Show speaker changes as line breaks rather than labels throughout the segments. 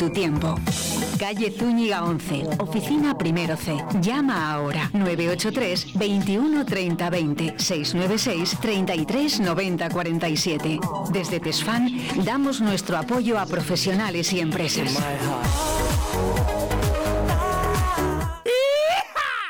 tu tiempo. Calle Zúñiga 11, oficina primero C. Llama ahora 983 21 30 20 696 33 90 47. Desde Tesfan damos nuestro apoyo a profesionales y empresas.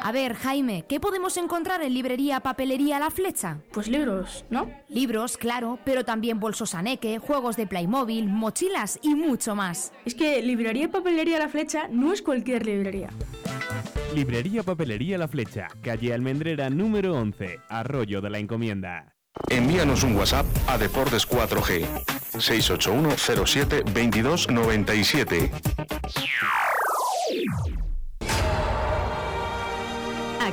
A ver, Jaime, ¿qué podemos encontrar en librería Papelería La Flecha?
Pues libros, ¿no?
Libros, claro, pero también bolsos aneque, juegos de Playmobil, mochilas y mucho más.
Es que librería Papelería La Flecha no es cualquier librería.
Librería Papelería La Flecha, calle Almendrera número 11, Arroyo de la Encomienda.
Envíanos un WhatsApp a Deportes 4G 681 07 22 97.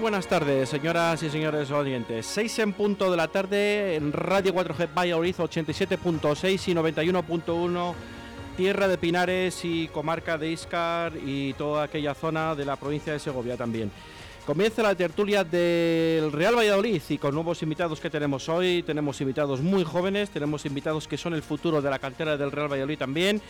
buenas tardes, señoras y señores oyentes. 6 en punto de la tarde en Radio 4G Valladolid 87.6 y 91.1, Tierra de Pinares y comarca de Iscar y toda aquella zona de la provincia de Segovia también. Comienza la tertulia del Real Valladolid y con nuevos invitados que tenemos hoy. Tenemos invitados muy jóvenes, tenemos invitados que son el futuro de la cantera del Real Valladolid también.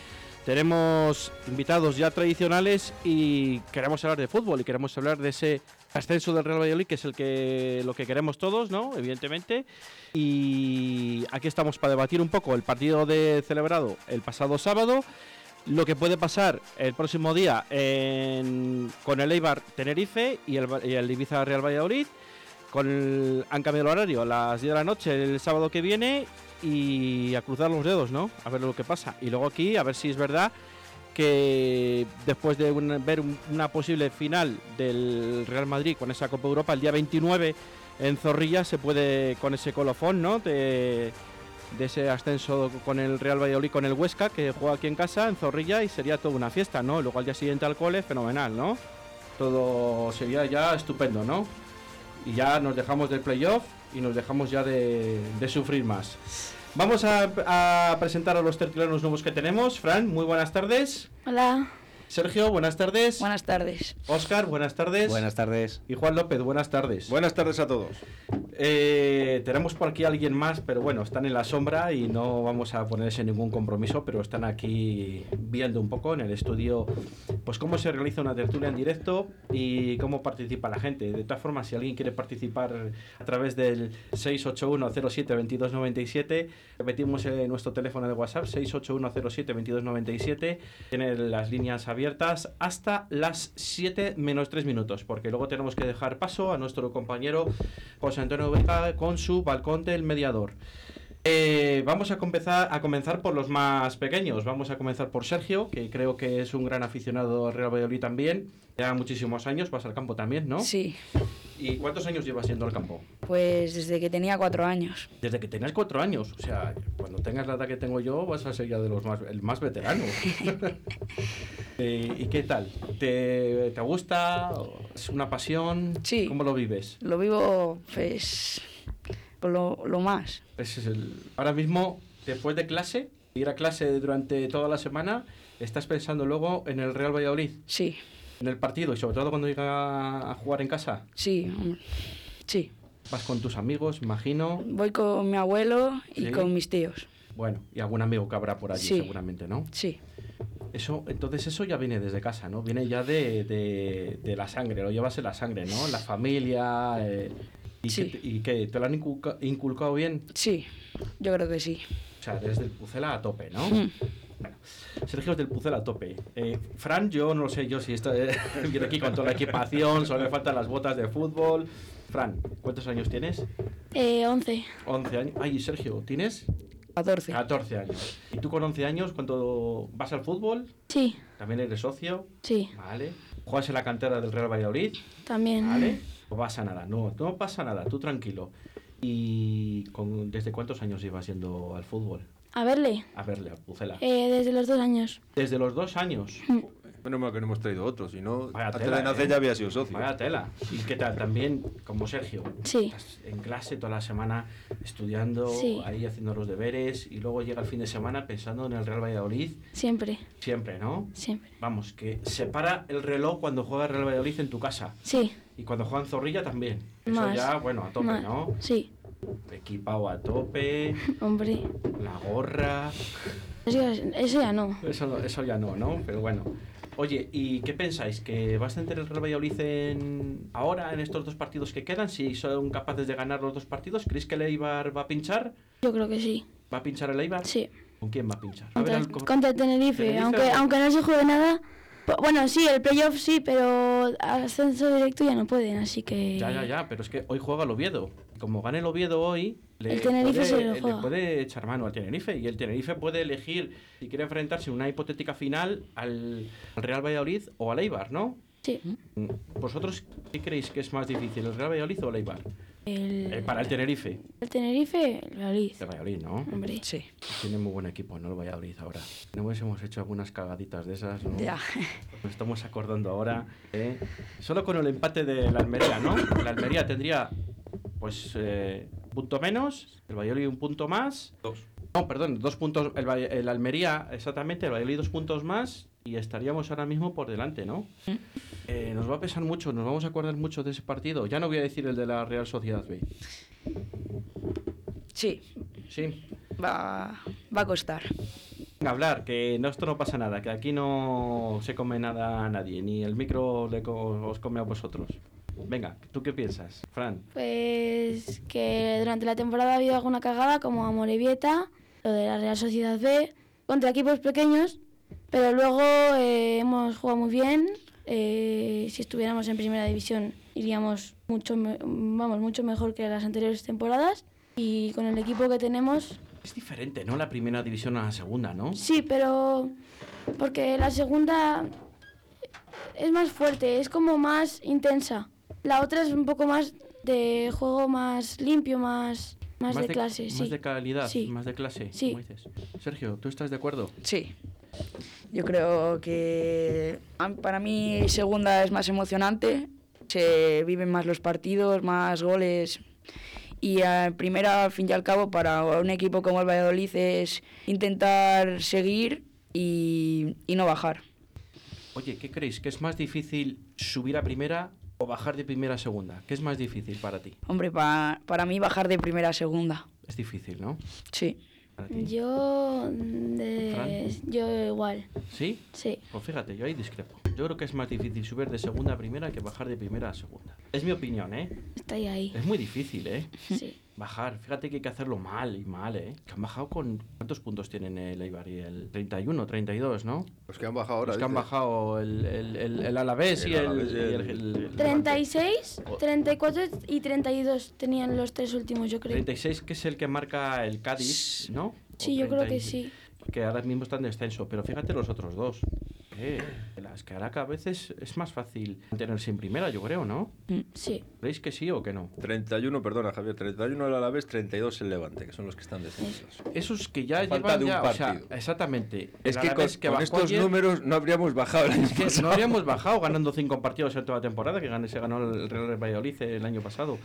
Tenemos invitados ya tradicionales y queremos hablar de fútbol y queremos hablar de ese ascenso del Real Valladolid, que es el que lo que queremos todos, ¿no? Evidentemente. Y aquí estamos para debatir un poco el partido de celebrado el pasado sábado lo que puede pasar el próximo día en, con el Eibar Tenerife y el, y el, Ibiza Real Valladolid. Con el, han cambiado el horario a las 10 de la noche el sábado que viene y a cruzar los dedos, ¿no? A ver lo que pasa. Y luego aquí, a ver si es verdad que después de un, ver un, una posible final del Real Madrid con esa Copa Europa el día 29 en Zorrilla se puede con ese colofón, ¿no? De, de ese ascenso con el Real Valladolid, con el Huesca, que juega aquí en casa, en Zorrilla, y sería toda una fiesta, ¿no? Luego al día siguiente al cole, fenomenal, ¿no? Todo sería ya estupendo, ¿no? Y ya nos dejamos del playoff y nos dejamos ya de, de sufrir más. Vamos a, a presentar a los tertulianos nuevos que tenemos. Fran, muy buenas tardes.
Hola.
Sergio, buenas tardes.
Buenas tardes.
Oscar, buenas tardes.
Buenas tardes.
Y Juan López, buenas tardes.
Buenas tardes a todos.
Eh, tenemos por aquí a alguien más, pero bueno, están en la sombra y no vamos a ponerse ningún compromiso, pero están aquí viendo un poco en el estudio, pues cómo se realiza una tertulia en directo y cómo participa la gente. De todas formas, si alguien quiere participar a través del 681072297, repetimos eh, nuestro teléfono de WhatsApp 681072297, tiene las líneas abiertas hasta las 7 menos 3 minutos, porque luego tenemos que dejar paso a nuestro compañero José Antonio Vega con su balcón del mediador. Eh, vamos a comenzar, a comenzar por los más pequeños. Vamos a comenzar por Sergio, que creo que es un gran aficionado al Real Valladolid también. Ya muchísimos años, vas al campo también, ¿no?
Sí,
¿Y cuántos años llevas yendo al campo?
pues desde que tenía cuatro años.
Desde que tenías cuatro años. O sea, cuando tengas la edad que tengo yo, vas a ser ya de los más, el más veterano. Eh, ¿Y qué tal? ¿Te, te gusta? ¿Es una pasión?
Sí.
¿Cómo lo vives?
Lo vivo, pues, por lo, lo más.
Ese es el... Ahora mismo, después de clase, ir a clase durante toda la semana, estás pensando luego en el Real Valladolid,
Sí,
en el partido y sobre todo cuando llega a jugar en casa.
sí, hombre. Sí,
Vas con tus amigos, imagino.
voy con mi abuelo y
Sí.
con mis tíos.
Bueno, y algún amigo que habrá por allí
Sí.
seguramente, ¿no?
Sí,
Eso, entonces eso ya viene desde casa, ¿no? Viene ya de, de- de la sangre, lo llevas en la sangre, ¿no? La familia. eh, ¿Y,
Sí.
que, te lo han inculca- inculcado bien?
sí, yo creo que sí.
O sea, eres del Pucela a tope, ¿no?
Mm.
Bueno, Sergio es del Pucela a tope. Eh, Fran, yo no sé yo si esto eh, viene aquí con toda la equipación, solo le faltan las botas de fútbol. Fran, ¿cuántos años tienes?
Eh, 11.
11 años. Ay, Sergio, ¿tienes?
14.
14 años. ¿Y tú con 11 años, cuando vas al fútbol,
Sí,
también eres socio?
sí,
Vale. Juegas en la cantera del Real Valladolid,
también.
¿vale? No pasa nada, no, no pasa nada, tú tranquilo. ¿Y con- desde cuántos años llevas yendo al fútbol?
A verle,
A verle, al Pucela.
eh, desde los dos años.
Desde los dos años.
Menos mal que no hemos traído otro, si no,
Vaya
antes
tela,
de nacer
¿eh?
ya había sido socio.
Vaya tela. ¿Y qué tal? También, como Sergio.
Sí.
Estás en clase toda la semana estudiando,
Sí.
ahí haciendo los deberes y luego llega el fin de semana pensando en el Real Valladolid
Siempre,
siempre, ¿no?
siempre.
Vamos, que se para el reloj cuando juega el Real Valladolid en tu casa.
Sí,
Y cuando juega en Zorrilla también. Eso
Más.
ya, bueno, a tope,
más.
¿no?
Sí,
Equipado a tope,
hombre.
la gorra.
Eso ya, eso ya no.
Eso, no- eso ya no, ¿no? Pero bueno. Oye, ¿y qué pensáis? ¿Que va a tener el Real Valladolid en- ahora en estos dos partidos que quedan? Si son capaces de ganar los dos partidos, ¿creéis que el Eibar va a pinchar?
Yo creo que sí.
¿Va a pinchar el Eibar?
Sí.
¿Con quién va a pinchar? A ver,
Contra,
al- con-
contra el Tenerife,
Tenerife
aunque,
o-
aunque no se juegue nada. po- Bueno, sí, el playoff sí, pero ascenso directo ya no pueden, así que.
Ya, ya, ya, pero es que hoy juega el Oviedo. Como gane el Oviedo hoy, le,
El Tenerife
puede,
se lo
le
juega.
puede echar mano al Tenerife. Y el Tenerife puede elegir si quiere enfrentarse en una hipotética final al, al Real Valladolid o al Eibar, ¿no? Mm,
Sí.
¿Vosotros qué creéis que es más difícil, el Real Valladolid o el Eibar?
El,
Eh, para el Tenerife.
el Tenerife, el Valladolid.
El Valladolid, ¿no?
Hombre. Sí.
Tiene muy buen equipo, ¿no? El Valladolid ahora. No hemos- hemos hecho algunas cagaditas de esas, ¿no?
Ya.
Nos estamos acordando ahora. ¿eh? Solo con el empate de la Almería, ¿no? La Almería tendría, pues, eh, punto menos, el Valladolid un punto más.
Dos.
No, perdón, dos puntos. El, Valle- el Almería, exactamente, el Valladolid dos puntos más y estaríamos ahora mismo por delante, ¿no?
Mm.
Eh, nos va a pesar mucho, nos vamos a acordar mucho de ese partido. Ya no voy a decir el de la Real Sociedad B.
Sí,
Sí.
va, va a costar.
Venga, hablar, que no, esto no pasa nada, que aquí no se come nada a nadie, ni el micro le co- os come a vosotros. Venga, ¿tú qué piensas, Fran?
Pues que durante la temporada ha habido alguna cagada como a Morevieta, lo de la Real Sociedad B, contra equipos pequeños, pero luego eh, hemos jugado muy bien. eh, si estuviéramos en primera división iríamos mucho, me- vamos, mucho mejor que las anteriores temporadas y con el equipo que tenemos
Es diferente, ¿no? La primera división a la segunda, ¿no?
Sí, pero porque la segunda es más fuerte, es como más intensa. La otra es un poco más de juego más limpio, más, más, de, clase,
más
sí.
de calidad,
Sí.
más de clase.
Sí.
como dices. Sergio, ¿tú estás de acuerdo?
Sí. Yo creo que a- para mí segunda es más emocionante, se viven más los partidos, más goles. Y eh, primera, al fin y al cabo, para un equipo como el Valladolid es intentar seguir y, y no bajar.
Oye, ¿qué creéis? ¿Que es más difícil subir a primera o bajar de primera a segunda? ¿Qué es más difícil para ti?
Hombre, pa- para mí bajar de primera a segunda.
Es difícil, ¿no?
Sí.
Para ti.
Yo mm, de-
Fran.
yo igual,
¿Sí?
sí.
Pues fíjate, yo ahí discrepo. Yo creo que es más difícil subir de segunda a primera que bajar de primera a segunda. Es mi opinión, ¿eh?
Está ahí ahí.
Es muy difícil, ¿eh?
Sí.
Bajar, fíjate que hay que hacerlo mal y mal, ¿eh? Que han bajado con. ¿Cuántos puntos tienen el Eibar y el 31, 32, no?
Los que han bajado ahora.
Los que han
dices.
bajado el, el, el, el Alavés
El
y el.
Alavés y
y el-
el-
el- el-
36, 34 y 32 tenían los tres últimos, yo creo.
36, que es el que marca el Cádiz, ¿no?
Sí,
O
yo creo
30 y-
que sí.
Que ahora mismo están descenso, pero fíjate los otros dos. Eh, las que ahora que a veces es más fácil mantenerse en primera, yo creo, ¿no?
Mm, Sí.
¿Veis que sí o que no?
31, perdona Javier, 31 el Alavés, 32 el Levante, que son los que están descensos.
Esos que ya
Falta
llevan
de un
ya, o sea,
partido.
exactamente.
Es
El
que con,
Alavés que
con
bajó
estos
ayer-
números no habríamos bajado el año
Es que no
pasado.
habíamos bajado ganando cinco partidos en toda la temporada, que gané- se ganó el Real Valladolid el año pasado.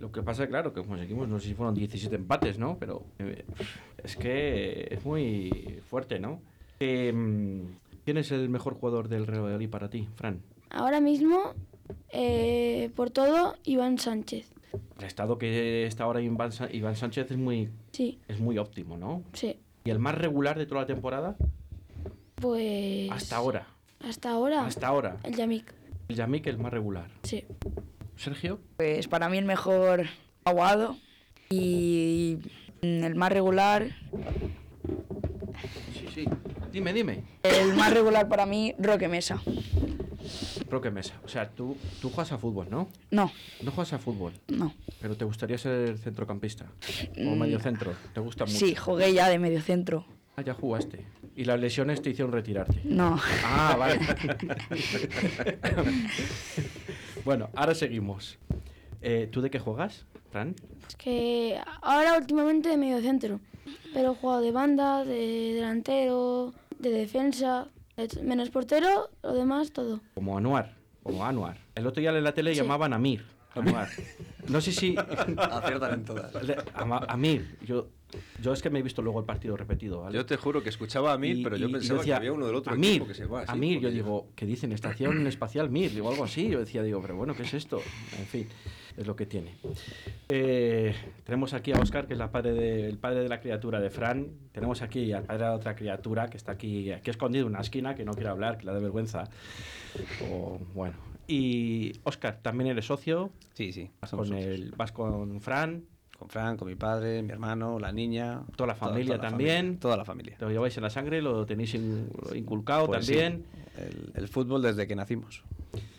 Lo que pasa, claro, que conseguimos, no sé si fueron 17 empates, ¿no? Pero eh, es que es muy fuerte, ¿no? Eh, mm, ¿Quién es el mejor jugador del Real Valladolid para ti, Fran?
Ahora mismo, eh, por todo, Iván Sánchez.
El estado que está ahora Iván, Sa- Iván Sánchez es muy,
Sí,
es muy óptimo, ¿no?
sí.
¿Y el más regular de toda la temporada?
Pues.
Hasta ahora.
Hasta ahora.
Hasta ahora.
El Yamik,
El Yamik el más regular.
sí.
Sergio.
Pues para mí el mejor aguado y mm, el más regular.
Sí, sí. Dime, dime.
El más regular para mí, Roque Mesa.
Roque Mesa. O sea, tú, tú juegas a fútbol, ¿no?
No.
No juegas a fútbol.
No.
Pero te gustaría ser centrocampista. O
Mm.
mediocentro. ¿Te gusta mucho?
Sí, jugué ya de mediocentro.
Ah, ya jugaste. ¿Y las lesiones te hicieron retirarte?
No.
Ah, vale. bueno, ahora seguimos. Eh, ¿Tú de qué juegas, Fran?
Es que ahora últimamente de medio centro. Pero he jugado de banda, de delantero, de defensa. et- Menos portero, lo demás todo.
Como Anuar. Como Anuar. El otro día en la tele llamaban Amir. Anuar. No sé si.
Aciertan en todas.
Le- Ama- Amir. Yo, yo es que me he visto luego el partido repetido. ¿vale?
Yo te juro que escuchaba a Mir,
Y-
pero yo
y- y
pensaba
decía,
que había uno del otro
Amir,
equipo que se va. así,
Amir, yo
porque-
digo, que dicen estación espacial Mir, digo algo así. Yo decía, digo, pero bueno, ¿qué es esto? En fin, es lo que tiene. Eh, tenemos aquí a Oscar, que es la padre de- el padre de la criatura de Fran. Tenemos aquí al padre de la otra criatura que está aquí, aquí escondido en una esquina, que no quiere hablar, que la da vergüenza. O, bueno. Y Oscar, ¿también eres socio?
Sí, sí.
Vas
somos
con, el, vas con Fran.
Con Fran, con mi padre, mi hermano, la niña.
Toda la familia también.
familia, toda la familia.
Lo lleváis en la sangre, lo tenéis in- inculcado
Pues sí,
también.
el, el fútbol desde que nacimos.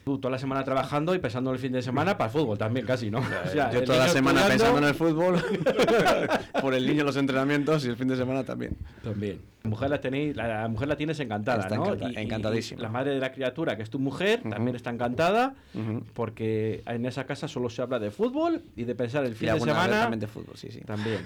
Tú toda la semana trabajando y pensando en el fin de semana para el fútbol también, casi, ¿no? O sea,
Yo
el
toda la
niño
semana
estudiando-
pensando en el fútbol, por el niño los entrenamientos y el fin de semana también.
También. Mujer la, tenéis, la la mujer la tienes encantada,
Está
¿no?
encanta-
Y- y-
encantadísima.
la madre de la criatura, que es tu mujer, también está encantada, porque en esa casa solo se habla de fútbol y de pensar el fin de
alguna vez
semana.
también de fútbol, sí, sí.
También.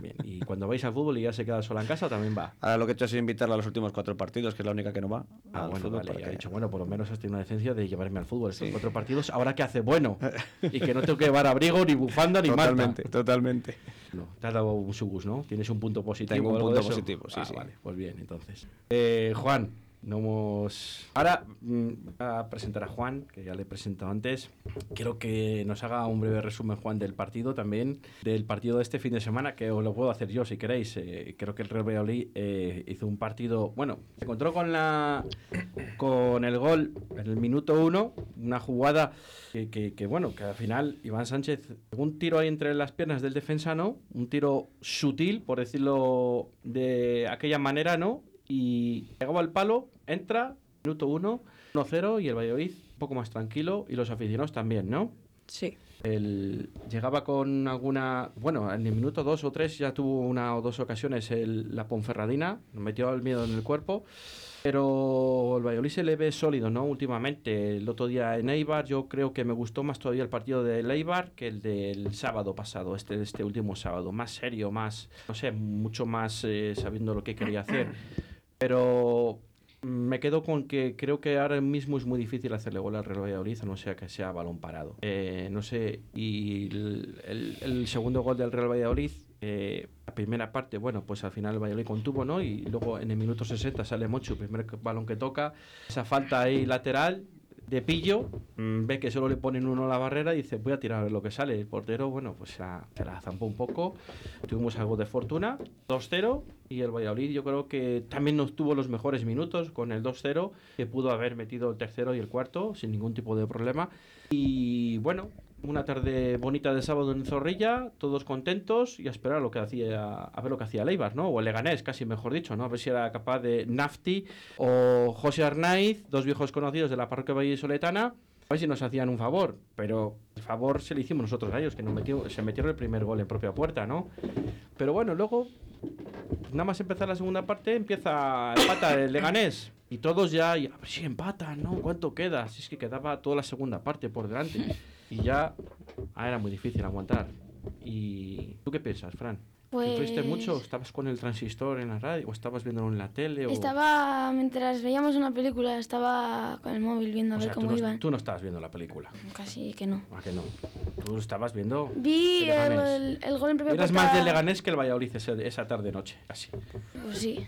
Bien, Y cuando vais al fútbol y ya se queda sola en casa, también va.
Ahora lo que he hecho es invitarla a los últimos cuatro partidos, que es la única que no va.
Ah,
al
bueno,
fútbol
vale,
para
ya
que-
he dicho, bueno, por lo menos has tenido una decencia de llevarme al fútbol estos cuatro partidos, ahora que hace bueno, y que no tengo que llevar abrigo, ni bufanda, ni manta.
Totalmente, totalmente.
No, te has dado un sugus, ¿no? Tienes un punto positivo.
Tengo
o
un
algo
punto
de eso?
positivo, sí,
Ah,
sí.
Vale, pues bien, entonces. Eh, Juan, no hemos. Ahora mm, voy a presentar a Juan, que ya le he presentado antes. Quiero que nos haga un breve resumen, Juan, del partido también, del partido de este fin de semana, que os lo puedo hacer yo si queréis. Eh, creo que el Real Valladolid eh, hizo un partido. Bueno, se encontró con la con el gol en el minuto uno, una jugada que, que- que, bueno, que al final Iván Sánchez, un tiro ahí entre las piernas del defensa, ¿no? Un tiro sutil, por decirlo de aquella manera, ¿no? Y llegaba al palo, entra, minuto uno, 1-0 y el Valladolid un poco más tranquilo y los aficionados también, ¿no?
Sí.
El, llegaba con alguna. Bueno, en el minuto dos o tres ya tuvo una o dos ocasiones el- la Ponferradina, nos metió el miedo en el cuerpo. Pero el Valladolid se le ve sólido, ¿no? Últimamente, el otro día en Eibar, yo creo que me gustó más todavía el partido del Eibar que el del sábado pasado, este, este último sábado. Más serio, más, no sé, mucho más eh, sabiendo lo que quería hacer. Pero me quedo con que creo que ahora mismo es muy difícil hacerle gol al Real Valladolid, a no sea que sea balón parado. Eh, no sé, y el, el- el segundo gol del Real Valladolid, eh, la primera parte, bueno, pues al final el Valladolid contuvo, ¿no? Y luego en el minuto 60 sale Mochu, primer c- balón que toca, esa falta ahí lateral de pillo, mm, ve que solo le ponen uno a la barrera y dice, voy a tirar a ver lo que sale. El portero, bueno, pues se la, se la zampó un poco. Tuvimos algo de fortuna, 2-0, y el Valladolid yo creo que también nos tuvo los mejores minutos con el 2-0, que pudo haber metido el tercero y el cuarto sin ningún tipo de problema. Y bueno, Una tarde bonita de sábado en Zorrilla, todos contentos y a esperar lo que hacía, a ver lo que hacía el Eibar, ¿no? O el Leganés, casi mejor dicho, ¿no? A ver si era capaz de Nafti o José Arnaiz, dos viejos conocidos de la parroquia vallisoletana, a ver si nos hacían un favor, pero el favor se le hicimos nosotros a ellos, que nos metió- se metieron el primer gol en propia puerta, ¿no? Pero bueno, luego Nada más empezar la segunda parte, empieza empata el Leganés. Y todos ya, y, "Ah, a ver si empatan, ¿no? ¿Cuánto queda? Si es que quedaba toda la segunda parte por delante. Y ya ah, era muy difícil aguantar. ¿Y tú qué piensas, Fran? ¿Sufriste
Pues-
mucho? ¿Estabas con el transistor en la radio? ¿O estabas viéndolo en la tele? O...
Estaba, mientras veíamos una película, estaba con el móvil viendo a
o
ver
sea, tú
cómo
no,
iban.
tú no estabas viendo la película.
Casi que no.
¿A que no? Tú estabas viendo...
Vi el,
el Leganés.
el- el gol en propia
Eras
puerta.
más del Leganés que el Valladolid ese- esa tarde-noche, casi.
Pues sí.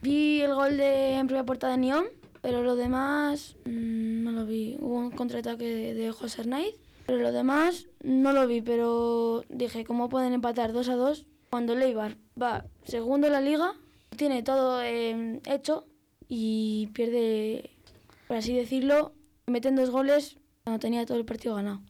Vi el gol de, en propia puerta de Neón, pero lo demás mm, no lo vi. Hubo un contraataque de, de José Arnaiz, pero lo demás no lo vi. Pero dije, ¿cómo pueden empatar 2 a 2 cuando Leibar va segundo en la liga, tiene todo eh, hecho y pierde, por así decirlo, meten dos goles cuando tenía todo el partido ganado?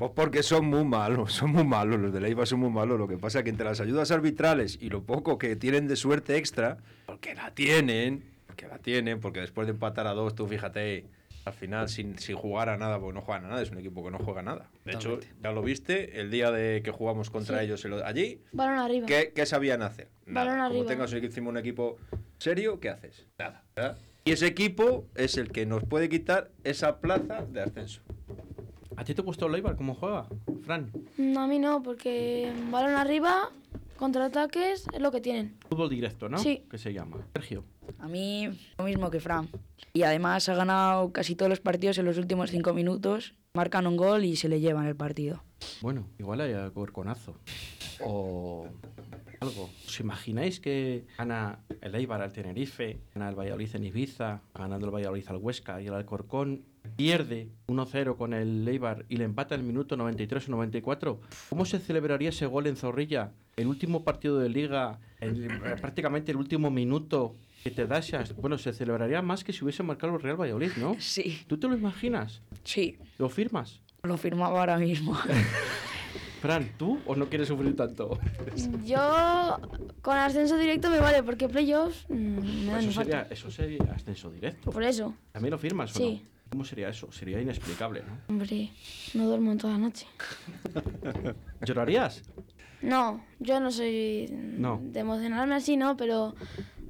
Pues porque son muy malos, son muy malos, los de Leiva son muy malos. Lo que pasa es que entre las ayudas arbitrales y lo poco que tienen de suerte extra, porque la tienen, porque la tienen, porque después de empatar a dos, tú fíjate, al final sin, sin jugar a nada, porque no juegan a nada, es un equipo que no juega a nada. De hecho, ya lo viste el día de que jugamos contra
Sí.
ellos el- allí,
Balón arriba.
¿Qué, qué sabían hacer? Nada.
Balón
Como
arriba.
tengas encima un equipo serio, ¿qué haces? Nada. ¿verdad? Y ese equipo es el que nos puede quitar esa plaza de ascenso.
¿A ti te gustó el Leibar cómo juega, Fran?
No, a mí no, porque balón arriba, contraataques, es lo que tienen.
Fútbol directo, ¿no?
Sí.
Que se llama. Sergio.
A mí lo mismo que Fran. Y además ha ganado casi todos los partidos en los últimos cinco minutos. Marcan un gol y se le llevan el partido.
Bueno, igual hay corconazo. O algo. ¿Os imagináis que gana el Eibar al Tenerife, gana el Valladolid en Ibiza, ganando el Valladolid al Huesca y el Alcorcón? Pierde 1-0 con el Eibar y le empata en el minuto 93 o 94. ¿Cómo se celebraría ese gol en Zorrilla? El último partido de Liga, el- eh, prácticamente el último minuto que te das. ya- Bueno, se celebraría más que si hubiese marcado el Real Valladolid, ¿no?
Sí.
¿Tú te lo imaginas?
Sí.
¿Lo firmas?
Lo firmaba ahora mismo.
Fran, ¿tú o no quieres sufrir tanto?
Yo con ascenso directo me vale, porque playoffs mm, me dan
Eso
infarto.
sería, eso sería ascenso directo.
Por eso,
¿También lo firmas o
Sí.
no? ¿Cómo sería eso? Sería inexplicable, ¿no?
hombre, no duermo en toda la noche.
¿Llorarías?
No, yo no soy
No.
de emocionarme así, no, pero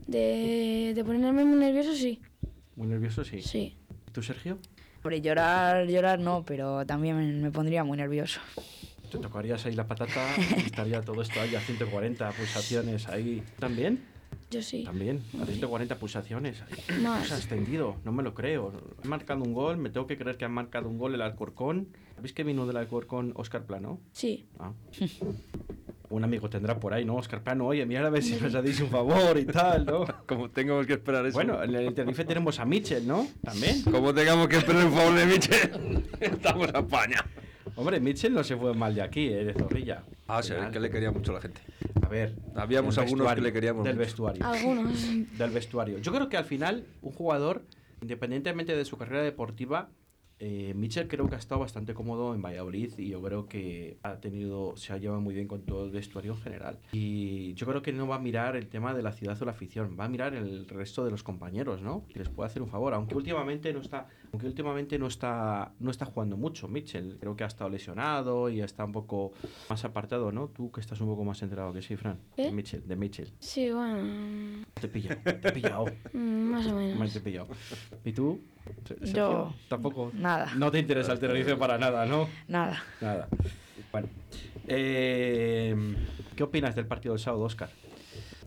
de, de ponerme muy nervioso sí.
Muy nervioso, sí.
Sí.
¿Y tú, Sergio?
Hombre, llorar, llorar no, pero también me pondría muy nervioso.
Te tocarías ahí la patata y estaría todo esto ahí a 140 pulsaciones ahí. ¿También?
Yo sí.
También, a 140 pulsaciones.
Más.
Se ha extendido, no me lo creo. Han marcado un gol, me tengo que creer que han marcado un gol el Alcorcón. ¿Veis que vino del Alcorcón Oscar Plano?
Sí.
Ah. Un amigo tendrá por ahí, ¿no? Oscar Plano, oye, mira a ver si nos hacéis un favor y tal, ¿no? Como tengamos que esperar eso. Bueno, en el Tenerife tenemos a Mitchell, ¿no? También.
Como tengamos que esperar un favor de Mitchell, estamos a paña.
Hombre, Mitchell no se fue mal de aquí, eh, de Zorrilla.
Ah, sí, que le quería mucho la gente.
A ver.
Habíamos
del
algunos que
vestuario,
le queríamos
Del
mucho.
vestuario.
Algunos.
Del vestuario. Yo creo que al final, un jugador, independientemente de su carrera deportiva, eh, Mitchell creo que ha estado bastante cómodo en Valladolid y yo creo que ha tenido, se ha llevado muy bien con todo el vestuario en general. Y yo creo que no va a mirar el tema de la ciudad o la afición, va a mirar el resto de los compañeros, ¿no? Que les puede hacer un favor, aunque últimamente no está, aunque últimamente no está, no está jugando mucho Mitchell. Creo que ha estado lesionado y está un poco más apartado, ¿no? Tú que estás un poco más enterado que sí, Fran.
¿Eh?
De Mitchell, de Mitchell.
Sí, bueno,
Te he pillado, te he pillado.
mm, más o menos.
Me has pillado. ¿Y tú? Se- Sergio,
Yo,
Tampoco.
nada.
No te interesa el terrorismo para nada, ¿no?
Nada.
Nada. Bueno. Eh, ¿Qué opinas del partido del sábado, Oscar?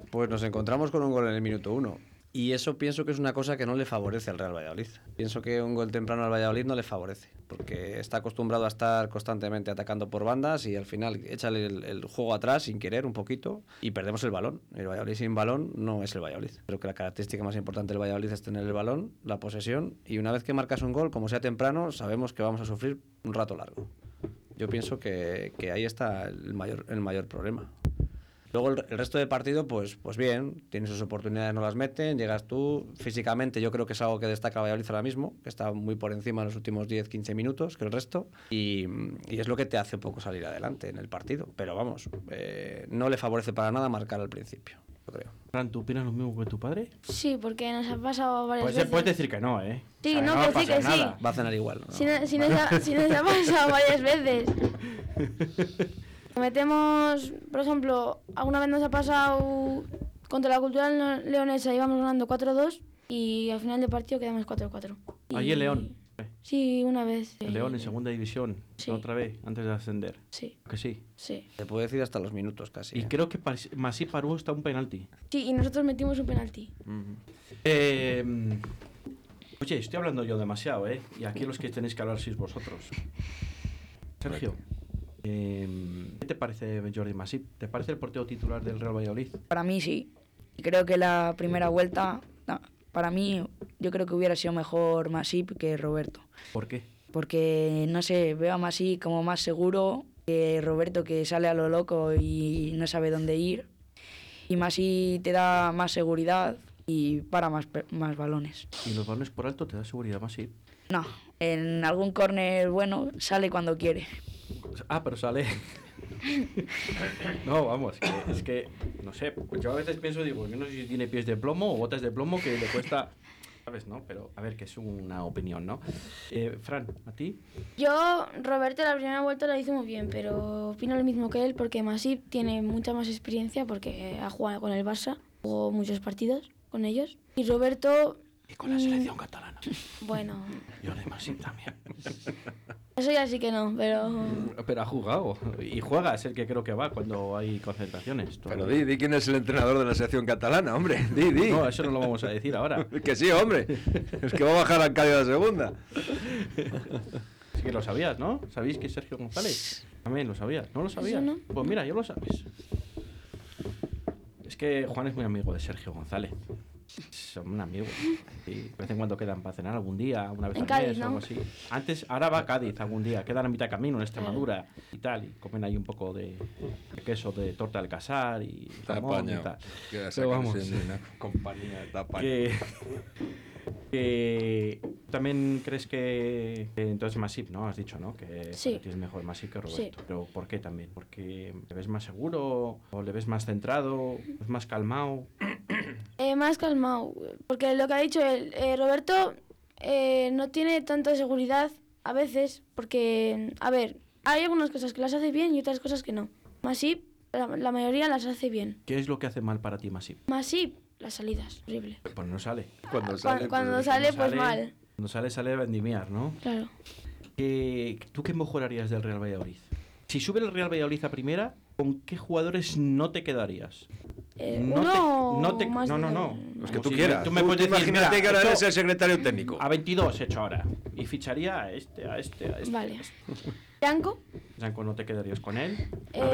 Pues nos encontramos con un gol en el minuto uno. Y eso pienso que es una cosa que no le favorece al Real Valladolid. Pienso que un gol temprano al Valladolid no le favorece, porque está acostumbrado a estar constantemente atacando por bandas y al final échale el, el juego atrás sin querer un poquito y perdemos el balón. El Valladolid sin balón no es el Valladolid. Creo que la característica más importante del Valladolid es tener el balón, la posesión y una vez que marcas un gol, como sea temprano, sabemos que vamos a sufrir un rato largo. Yo pienso que, que ahí está el mayor, el mayor problema. Luego el, el resto del partido, pues, pues bien, tiene sus oportunidades, no las meten, llegas tú. Físicamente yo creo que es algo que destaca Valladolid ahora mismo, que está muy por encima en los últimos 10-15 minutos que el resto. Y, y es lo que te hace un poco salir adelante en el partido. Pero vamos, eh, no le favorece para nada marcar al principio, yo creo.
Fran, ¿tú opinas lo mismo que tu padre?
Sí, porque nos ha pasado varias
Puedes,
veces.
puedes decir que no, ¿eh?
Sí,
O sea,
no,
va
que
a
sí,
pasar
que sí.
nada.
Va a cenar igual. ¿no?
Si, no- si nos ha, si nos ha pasado varias veces. Metemos, por ejemplo, alguna vez nos ha pasado contra la cultural no- leonesa, íbamos ganando 4-2 y al final del partido quedamos 4-4. Y-
Allí en León.
Sí, una vez.
En León, en segunda división.
Sí.
Otra vez, antes de ascender.
Sí.
Que sí.
Sí.
Te puedo decir hasta los minutos casi.
Y creo que Pas- Masí Parú está un penalti.
Sí, y nosotros metimos un penalti.
Eh, oye, estoy hablando yo demasiado, ¿eh? Y aquí los que tenéis que hablar sois vosotros. Sergio, eh, ¿qué te parece Jordi Masip? ¿Te parece el portero titular del Real Valladolid?
Para mí sí. Y Creo que la primera vuelta, na- para mí, yo creo que hubiera sido mejor Masip que Roberto.
¿Por qué?
Porque, no sé, veo a Masip como más seguro que Roberto que sale a lo loco y no sabe dónde ir. Y Masip te da más seguridad y para más, pe- más balones.
¿Y los balones por alto te da seguridad Masip?
No, en algún córner bueno sale cuando quiere.
Ah, pero sale. no, vamos, que- es que, no sé, pues yo a veces pienso, digo, yo no sé si tiene pies de plomo o botas de plomo que le cuesta, ¿sabes? No, pero a ver, que es una opinión, ¿no? Eh, Fran, ¿a ti?
Yo, Roberto, la primera vuelta la hizo muy bien, pero opino lo mismo que él porque Masip tiene mucha más experiencia porque ha jugado con el Barça, jugó muchos partidos con ellos. Y Roberto... Y con la selección
catalana.
Bueno,
Jordi Masip también.
eso ya sí que no, pero...
pero ha jugado y juega, es el que creo que va cuando hay concentraciones.
Pero di, di quién es el entrenador de la selección catalana, hombre. Di, di.
eh.
No, eso no lo vamos a decir ahora.
que sí, hombre. Es que va a bajar al Cádiz a la segunda.
Así que lo sabías, ¿no? ¿Sabéis que es Sergio González? También lo sabías. ¿No lo sabías?
no.
Pues mira, ya lo sabes. Es que Juan es muy amigo de Sergio González. Son un amigo. Sí, de vez en cuando quedan para cenar algún día, una vez
En
al
Cádiz,
mes o algo
¿no?
así. Antes, ahora va a Cádiz algún día. Quedan a mitad camino en Extremadura y tal. Y comen ahí un poco de, de queso de torta del casar y jamón y
apañado.
tal.
Que la
Pero
sacan
vamos
sin una compañía de tapa.
que, que también crees que que entonces Masip, ¿no? Has dicho, ¿no? Que
Sí.
para ti es mejor Masip que Roberto.
Sí.
Pero ¿por qué también? Porque le ves más seguro o le ves más centrado, es más calmado.
Eh, más calmado, porque lo que ha dicho él, eh, Roberto eh, no tiene tanta seguridad a veces, porque, a ver, hay algunas cosas que las hace bien y otras cosas que no. Masip, la, la mayoría las hace bien.
¿Qué es lo que hace mal para ti Masip?
Masip, las salidas, horrible.
Pues no sale.
Cuando- sale, cuando
eh,
pues- sale, pues mal.
Cuando sale, sale a vendimiar, ¿no?
Claro.
¿Qué- ¿Tú qué mejorarías del Real Valladolid? Si sube el Real Valladolid a primera, ¿con qué jugadores no te quedarías?
Eh,
No te-
uno
no te-
más
no, no,
de-
no.
Los que
Como
tú
si
quieras.
Tú me
Tú
puedes decir,
imagínate
mira,
que ahora
esto-
eres el secretario técnico.
A 22 hecho ahora. Y ficharía a este, a este, a este.
Vale. Yanko,
Yanko, ¿no te quedarías con él? A
Eh,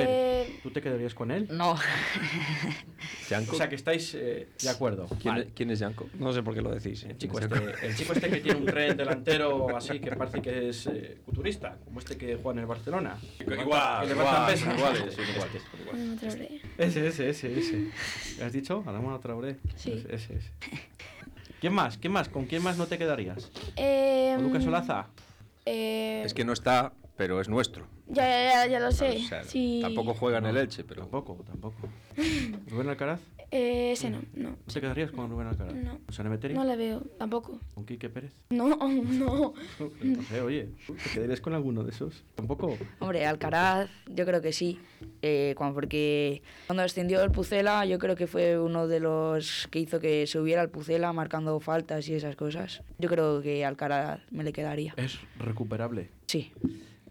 ver, ¿tú te quedarías con él?
No.
O sea, que estáis eh, de acuerdo.
¿Quién,
Vale.
es, Yanko? No sé por qué lo decís. El
chico Este- el chico este que tiene un tren delantero así que parece que es eh, culturista, como este que juega en el Barcelona.
este-
Que levanta-
igual,
que levantan
igual,
pesas.
iguales, son iguales,
Este,
Adama Traoré.
Ese, ese, ese, ese. ¿Lo ¿Has dicho? Adama Traoré.
Sí.
Ese, ese, ese. ¿Quién más? ¿Quién más? ¿Con quién más no te quedarías?
Eh,
¿Con Lucas Olaza?
eh,
Es que no está, pero es nuestro.
ya, ya, ya, ya lo sé.
O sea,
sí.
Tampoco juega en el Elche, pero.
Tampoco, tampoco. ¿Rubén Alcaraz?
Eh, ese no, no.
¿No te quedarías con Rubén Alcaraz?
No.
¿Con Sanemeterio?
No la veo, tampoco.
¿Con Quique Pérez?
No, no.
No sé, oye, ¿te quedarías con alguno de esos? Tampoco.
Hombre, Alcaraz, yo creo que sí. Eh, cuan- porque cuando ascendió el Pucela, yo creo que fue uno de los que hizo que subiera al Pucela marcando faltas y esas cosas. Yo creo que Alcaraz me le quedaría.
Es recuperable.
Sí.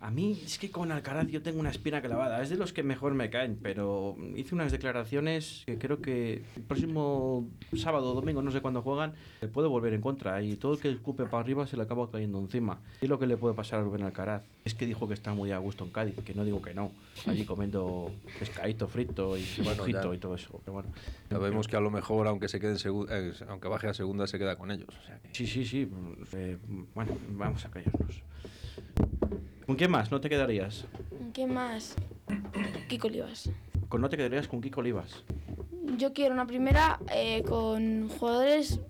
A mí es que con Alcaraz yo tengo una espina clavada. Es de los que mejor me caen, pero hice unas declaraciones que creo que el próximo sábado o domingo, no sé cuándo juegan, le puede volver en contra. Y todo el que escupe para arriba se le acaba cayendo encima. Y lo que le puede pasar a Rubén Alcaraz es que dijo que está muy a gusto en Cádiz, que no digo que no. Allí comiendo pescadito frito y
Bueno,
bueno,
ya.
y todo eso. Pero bueno.
Sabemos que a lo mejor, aunque se quede en segu- eh, aunque baje a segunda, se queda con ellos. O sea, que-
Sí, sí, sí. Eh, bueno, vamos a callarnos. ¿Con quién más? ¿No te quedarías?
¿Qué más? Kiko Olivas.
con no te quedarías con Kiko Olivas.
Yo quiero una primera eh, con jugadores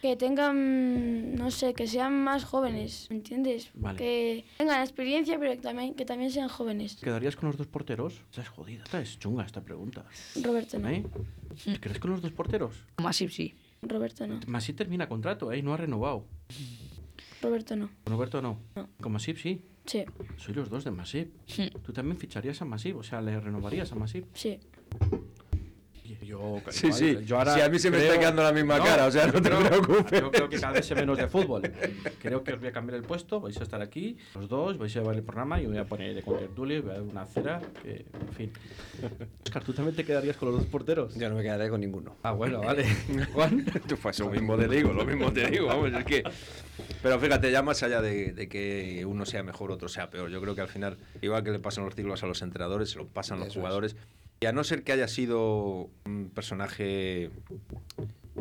que tengan, no sé, que sean más jóvenes, ¿me entiendes?
Vale.
Que tengan experiencia, pero que también, que también sean jóvenes.
¿Quedarías con los dos porteros? Esta es jodida, esta es chunga esta pregunta.
Roberto no.
¿Eh? ¿Te quedas con los dos porteros?
Masip Mm. sí.
Roberto no.
Masip termina contrato, ¿eh? Y No ha renovado.
Roberto no.
Con Roberto no. Con Masip sí.
Sí,
Soy los dos de Masip.
Sí.
Tú también ficharías a Masip, o sea, le renovarías a Masip.
sí.
Yo,
Sí,
igual,
sí.
yo ahora
Sí, a mí se me está quedando la misma cara, o sea, no
yo
te
creo-
preocupes.
Yo creo que cada vez sé menos de fútbol. Creo que os voy a cambiar el puesto, vais a estar aquí, los dos, vais a llevar el programa y voy a poner de contertulio, voy a dar una cera, que, en fin. Oscar, ¿tú también te quedarías con los dos porteros?
Yo no me quedaré con ninguno.
Ah, bueno, vale. Juan.
Tú pues lo mismo te digo, lo mismo te digo, vamos, es que... Pero fíjate, ya más allá de, de que uno sea mejor, otro sea peor, yo creo que al final, igual que le pasan los ciclos a los entrenadores, se lo pasan los jugadores, y a no ser que haya sido un personaje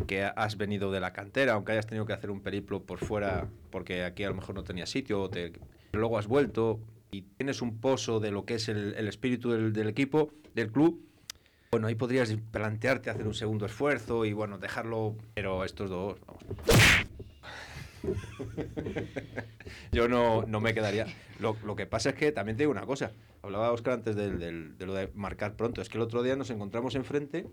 que has venido de la cantera, aunque hayas tenido que hacer un periplo por fuera, porque aquí a lo mejor no tenías sitio, o te- pero luego has vuelto y tienes un pozo de lo que es el, el espíritu del- del equipo, del club, bueno, ahí podrías plantearte hacer un segundo esfuerzo y bueno, dejarlo, pero estos dos, vamos. Yo no, no me quedaría. Lo, lo que pasa es que también te digo una cosa. Hablaba Oscar antes del- del- de lo de marcar pronto. Es que el otro día nos encontramos enfrente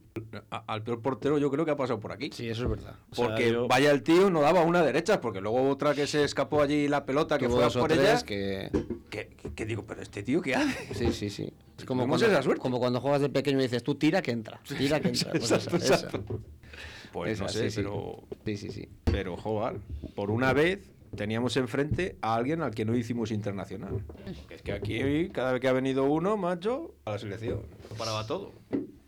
a- al peor portero, yo creo que ha pasado por aquí.
Sí, eso es verdad. O sea,
Porque
yo-
vaya el tío, no daba una derecha, porque luego otra que se escapó allí la pelota, que
Tuvo
fue a
dos o
por
tres
ella.
que...
Que, que digo, pero este tío, ¿qué hace?
Sí, sí, sí. Es como
Tenemos
cuando,
esa suerte.
como cuando juegas de pequeño y dices, tú tira que entra, tira que entra. Pues
Exacto,
esa,
exacto. Pues no sé, pero-
Sí, sí, sí.
Pero, joder, por una vez teníamos enfrente a alguien al que no hicimos internacional.
Mm.
Porque es que aquí, cada vez que ha venido uno, macho, a la selección.
Lo paraba todo.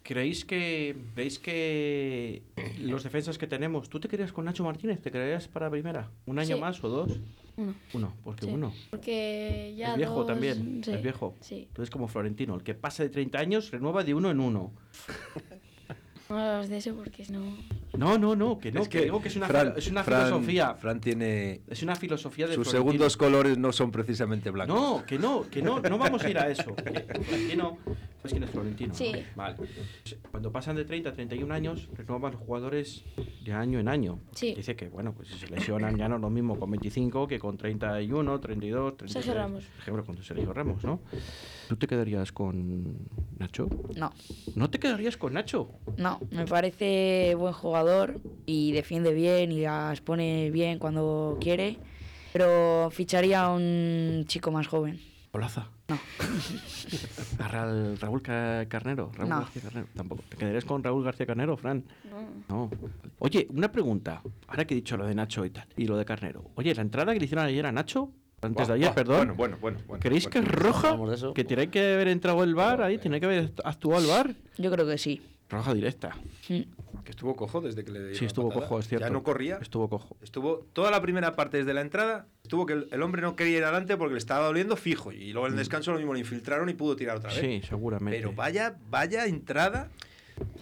¿Creéis que, ¿Veis que los defensas que tenemos... ¿Tú te querías con Nacho Martínez? ¿Te quedarías para primera? ¿Un año
Sí.
más o dos?
Uno.
Uno, porque
Sí.
uno.
Porque ya
es viejo
dos-
también,
sí,
es viejo.
Sí.
Entonces como Florentino, el que pasa de 30 años renueva de uno en uno.
No hablamos de eso porque no...
No, no, no, que no, que digo que es una,
Fran-
filo- es una
Fran-
filosofía,
Fran tiene.
es una filosofía de
Sus
Florentino.
segundos colores no son precisamente blancos.
No, que no, que no, no vamos a ir a eso. pues, que Florentino, ¿sabes quién es Florentino?
Sí.
Pues ¿no? Vale. Cuando pasan de 30 a 31 años, renovan los jugadores de año en año.
Sí.
Dice que, bueno, pues si se lesionan ya no es lo mismo con 25 que con 31, 32, 33.
Sergio Ramos.
Por ejemplo, con Sergio Ramos, ¿no? ¿Tú te quedarías con Nacho?
No,
¿No te quedarías con Nacho?
no, me parece buen jugador y defiende bien y las pone bien cuando quiere, pero ficharía a un chico más joven.
Olaza.
No.
A Ra- Raúl Ca- Carnero. Raúl
No.
García Carnero. Tampoco. ¿Te quedarías con Raúl García Carnero, Fran?
No.
No. Oye, una pregunta. Ahora que he dicho lo de Nacho y tal, y lo de Carnero. Oye, la entrada que le hicieron ayer a Nacho, antes de
Buah,
ayer,
buah,
perdón.
Bueno, bueno, bueno. bueno,
¿Creéis que
bueno.
es roja? Que tiene que haber entrado el bar ahí, tiene que haber actuado el bar.
Yo creo que sí.
Roja directa.
Que estuvo cojo desde que le dieron
Sí,
la
estuvo
patada.
cojo, es cierto.
Ya no corría.
Estuvo cojo.
Estuvo toda la primera parte desde la entrada. Estuvo que el, el hombre no quería ir adelante porque le estaba doliendo fijo. Y luego en el descanso lo mismo le infiltraron y pudo tirar otra vez.
Mm. Sí, eh. seguramente.
Pero vaya, vaya entrada.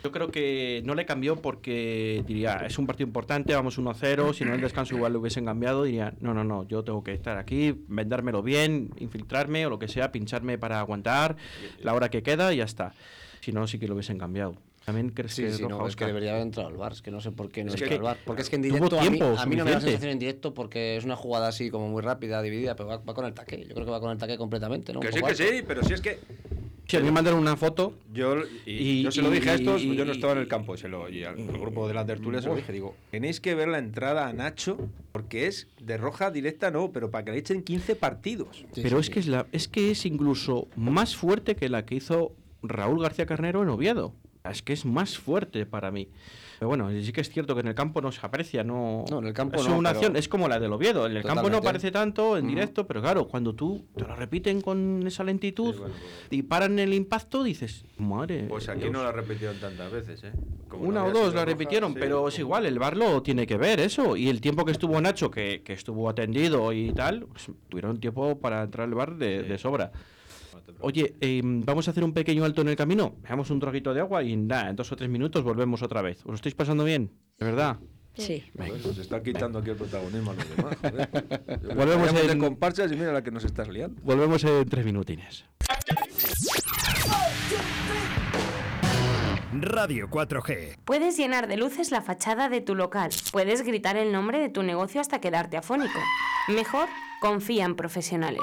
Yo creo que no le cambió porque diría, es un partido importante, vamos 1-0, si no en el descanso igual lo hubiesen cambiado, diría, no, no, no, yo tengo que estar aquí, vendármelo bien, infiltrarme o lo que sea, pincharme para aguantar la hora que queda y ya está. Si no, sí que lo hubiesen cambiado. También crees
Sí,
que es
sí, no,
roja,
es que
Óscar?
debería haber entrado al bar, es que no sé por qué no
Es
entró
que-
al bar. Porque es que en
Tuvo
directo, a mí,
tiempo
a mí no me da la
suficiente.
sensación en directo porque es una jugada así como muy rápida, dividida, pero va, va con el taque. Yo creo que va con el taque completamente, ¿no? Un
Que sí,
poco
que
alto.
sí, pero si es que.
Sí, a mí me mandaron una foto.
Yo, y,
Y-
yo se lo dije a
y-
estos, yo no
y-
estaba en el campo, se lo, y al al grupo de las tertulias se lo dije, digo, tenéis que ver la entrada a Nacho, porque es de roja directa no, pero para que le echen 15 partidos.
Pero es que es, la, es que es incluso más fuerte que la que hizo Raúl García Carnero en Oviedo. Es que es más fuerte para mí. Pero bueno, sí que es cierto que en el campo no se aprecia, no.
No, en el campo
es
no,
una
pero-
acción, es como la del Oviedo. En el campo no
Totalmente.
aparece tanto en directo, pero claro, cuando tú te lo repiten con esa lentitud
pues.
y paran el impacto, dices, madre.
Pues aquí
Dios".
no la repitieron tantas veces, ¿eh? Como
Una
no
o
había
dos
sido
la
roja,
repitieron,
sí.
pero es igual, el bar lo tiene que ver eso. Y el tiempo que estuvo Nacho, que, que estuvo atendido y tal, pues, tuvieron tiempo para entrar al bar de, de sobra. Oye, eh, vamos a hacer un pequeño alto en el camino. Dejamos un traguito de agua y nada, en dos o tres minutos volvemos otra vez. ¿Os lo estáis pasando bien? ¿De verdad?
Sí.
Joder, nos está quitando aquí el protagonismo a los demás, joder. Yo creo que
Volvemos
vayamos
en-
de comparsas y mira la que nos estás liando.
Volvemos en tres minutines.
Radio 4G.
Puedes llenar de luces la fachada de tu local. Puedes gritar el nombre de tu negocio hasta quedarte afónico. Mejor, confía en profesionales.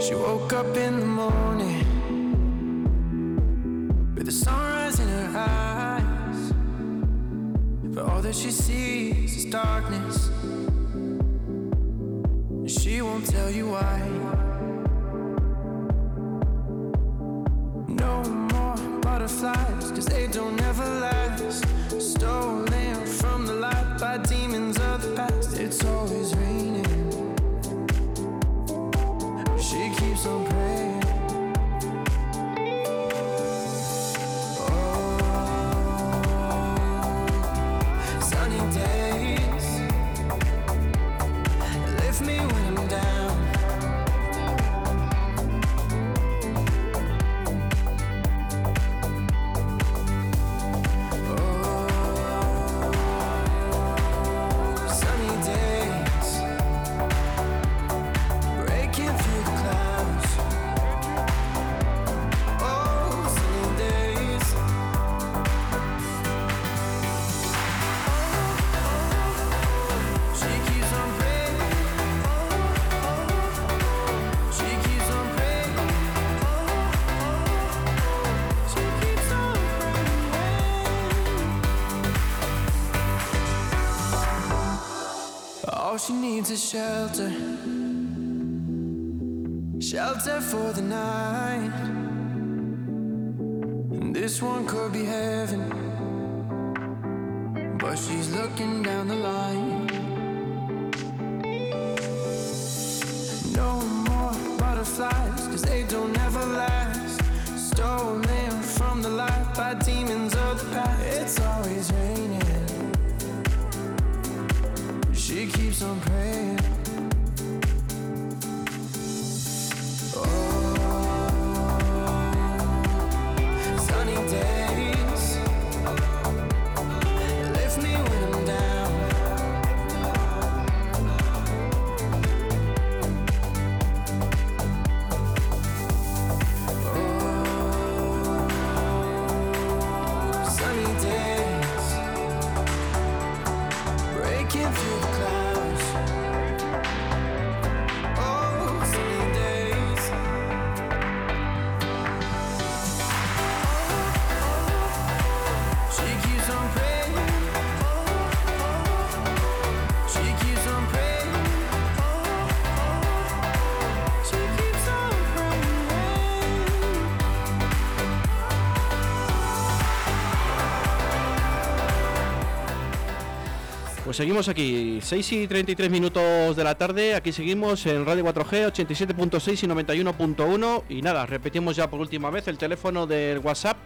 She woke up in the morning with the sunrise in her eyes. But all that she sees is darkness. And she won't tell you why. No more butterflies, cause they don't ever last. Stolen from the light by demons of the past. It's always raining. She keeps on praying. Oh, sunny days lift me when I'm down. Oh, sunny days breaking through the clouds. Oh, sunny days. She keeps on praying. She keeps on praying. She keeps on praying. All she needs is shelter shelter for the night. And this one could be heaven, but she's looking down the line. No more butterflies, cause they don't ever last. Stolen from the light by demons of the past. It's always raining. She keeps on praying. Sunny days lift me when I'm down. Oh, sunny days breaking through the clouds. Oh, sunny days. She keeps on praying. She keeps on praying. She keeps on praying.
Pues seguimos aquí, 6 y 33 minutos de la tarde, aquí seguimos en Radio 4G 87.6 y 91.1 y nada, repetimos ya por última vez el teléfono del WhatsApp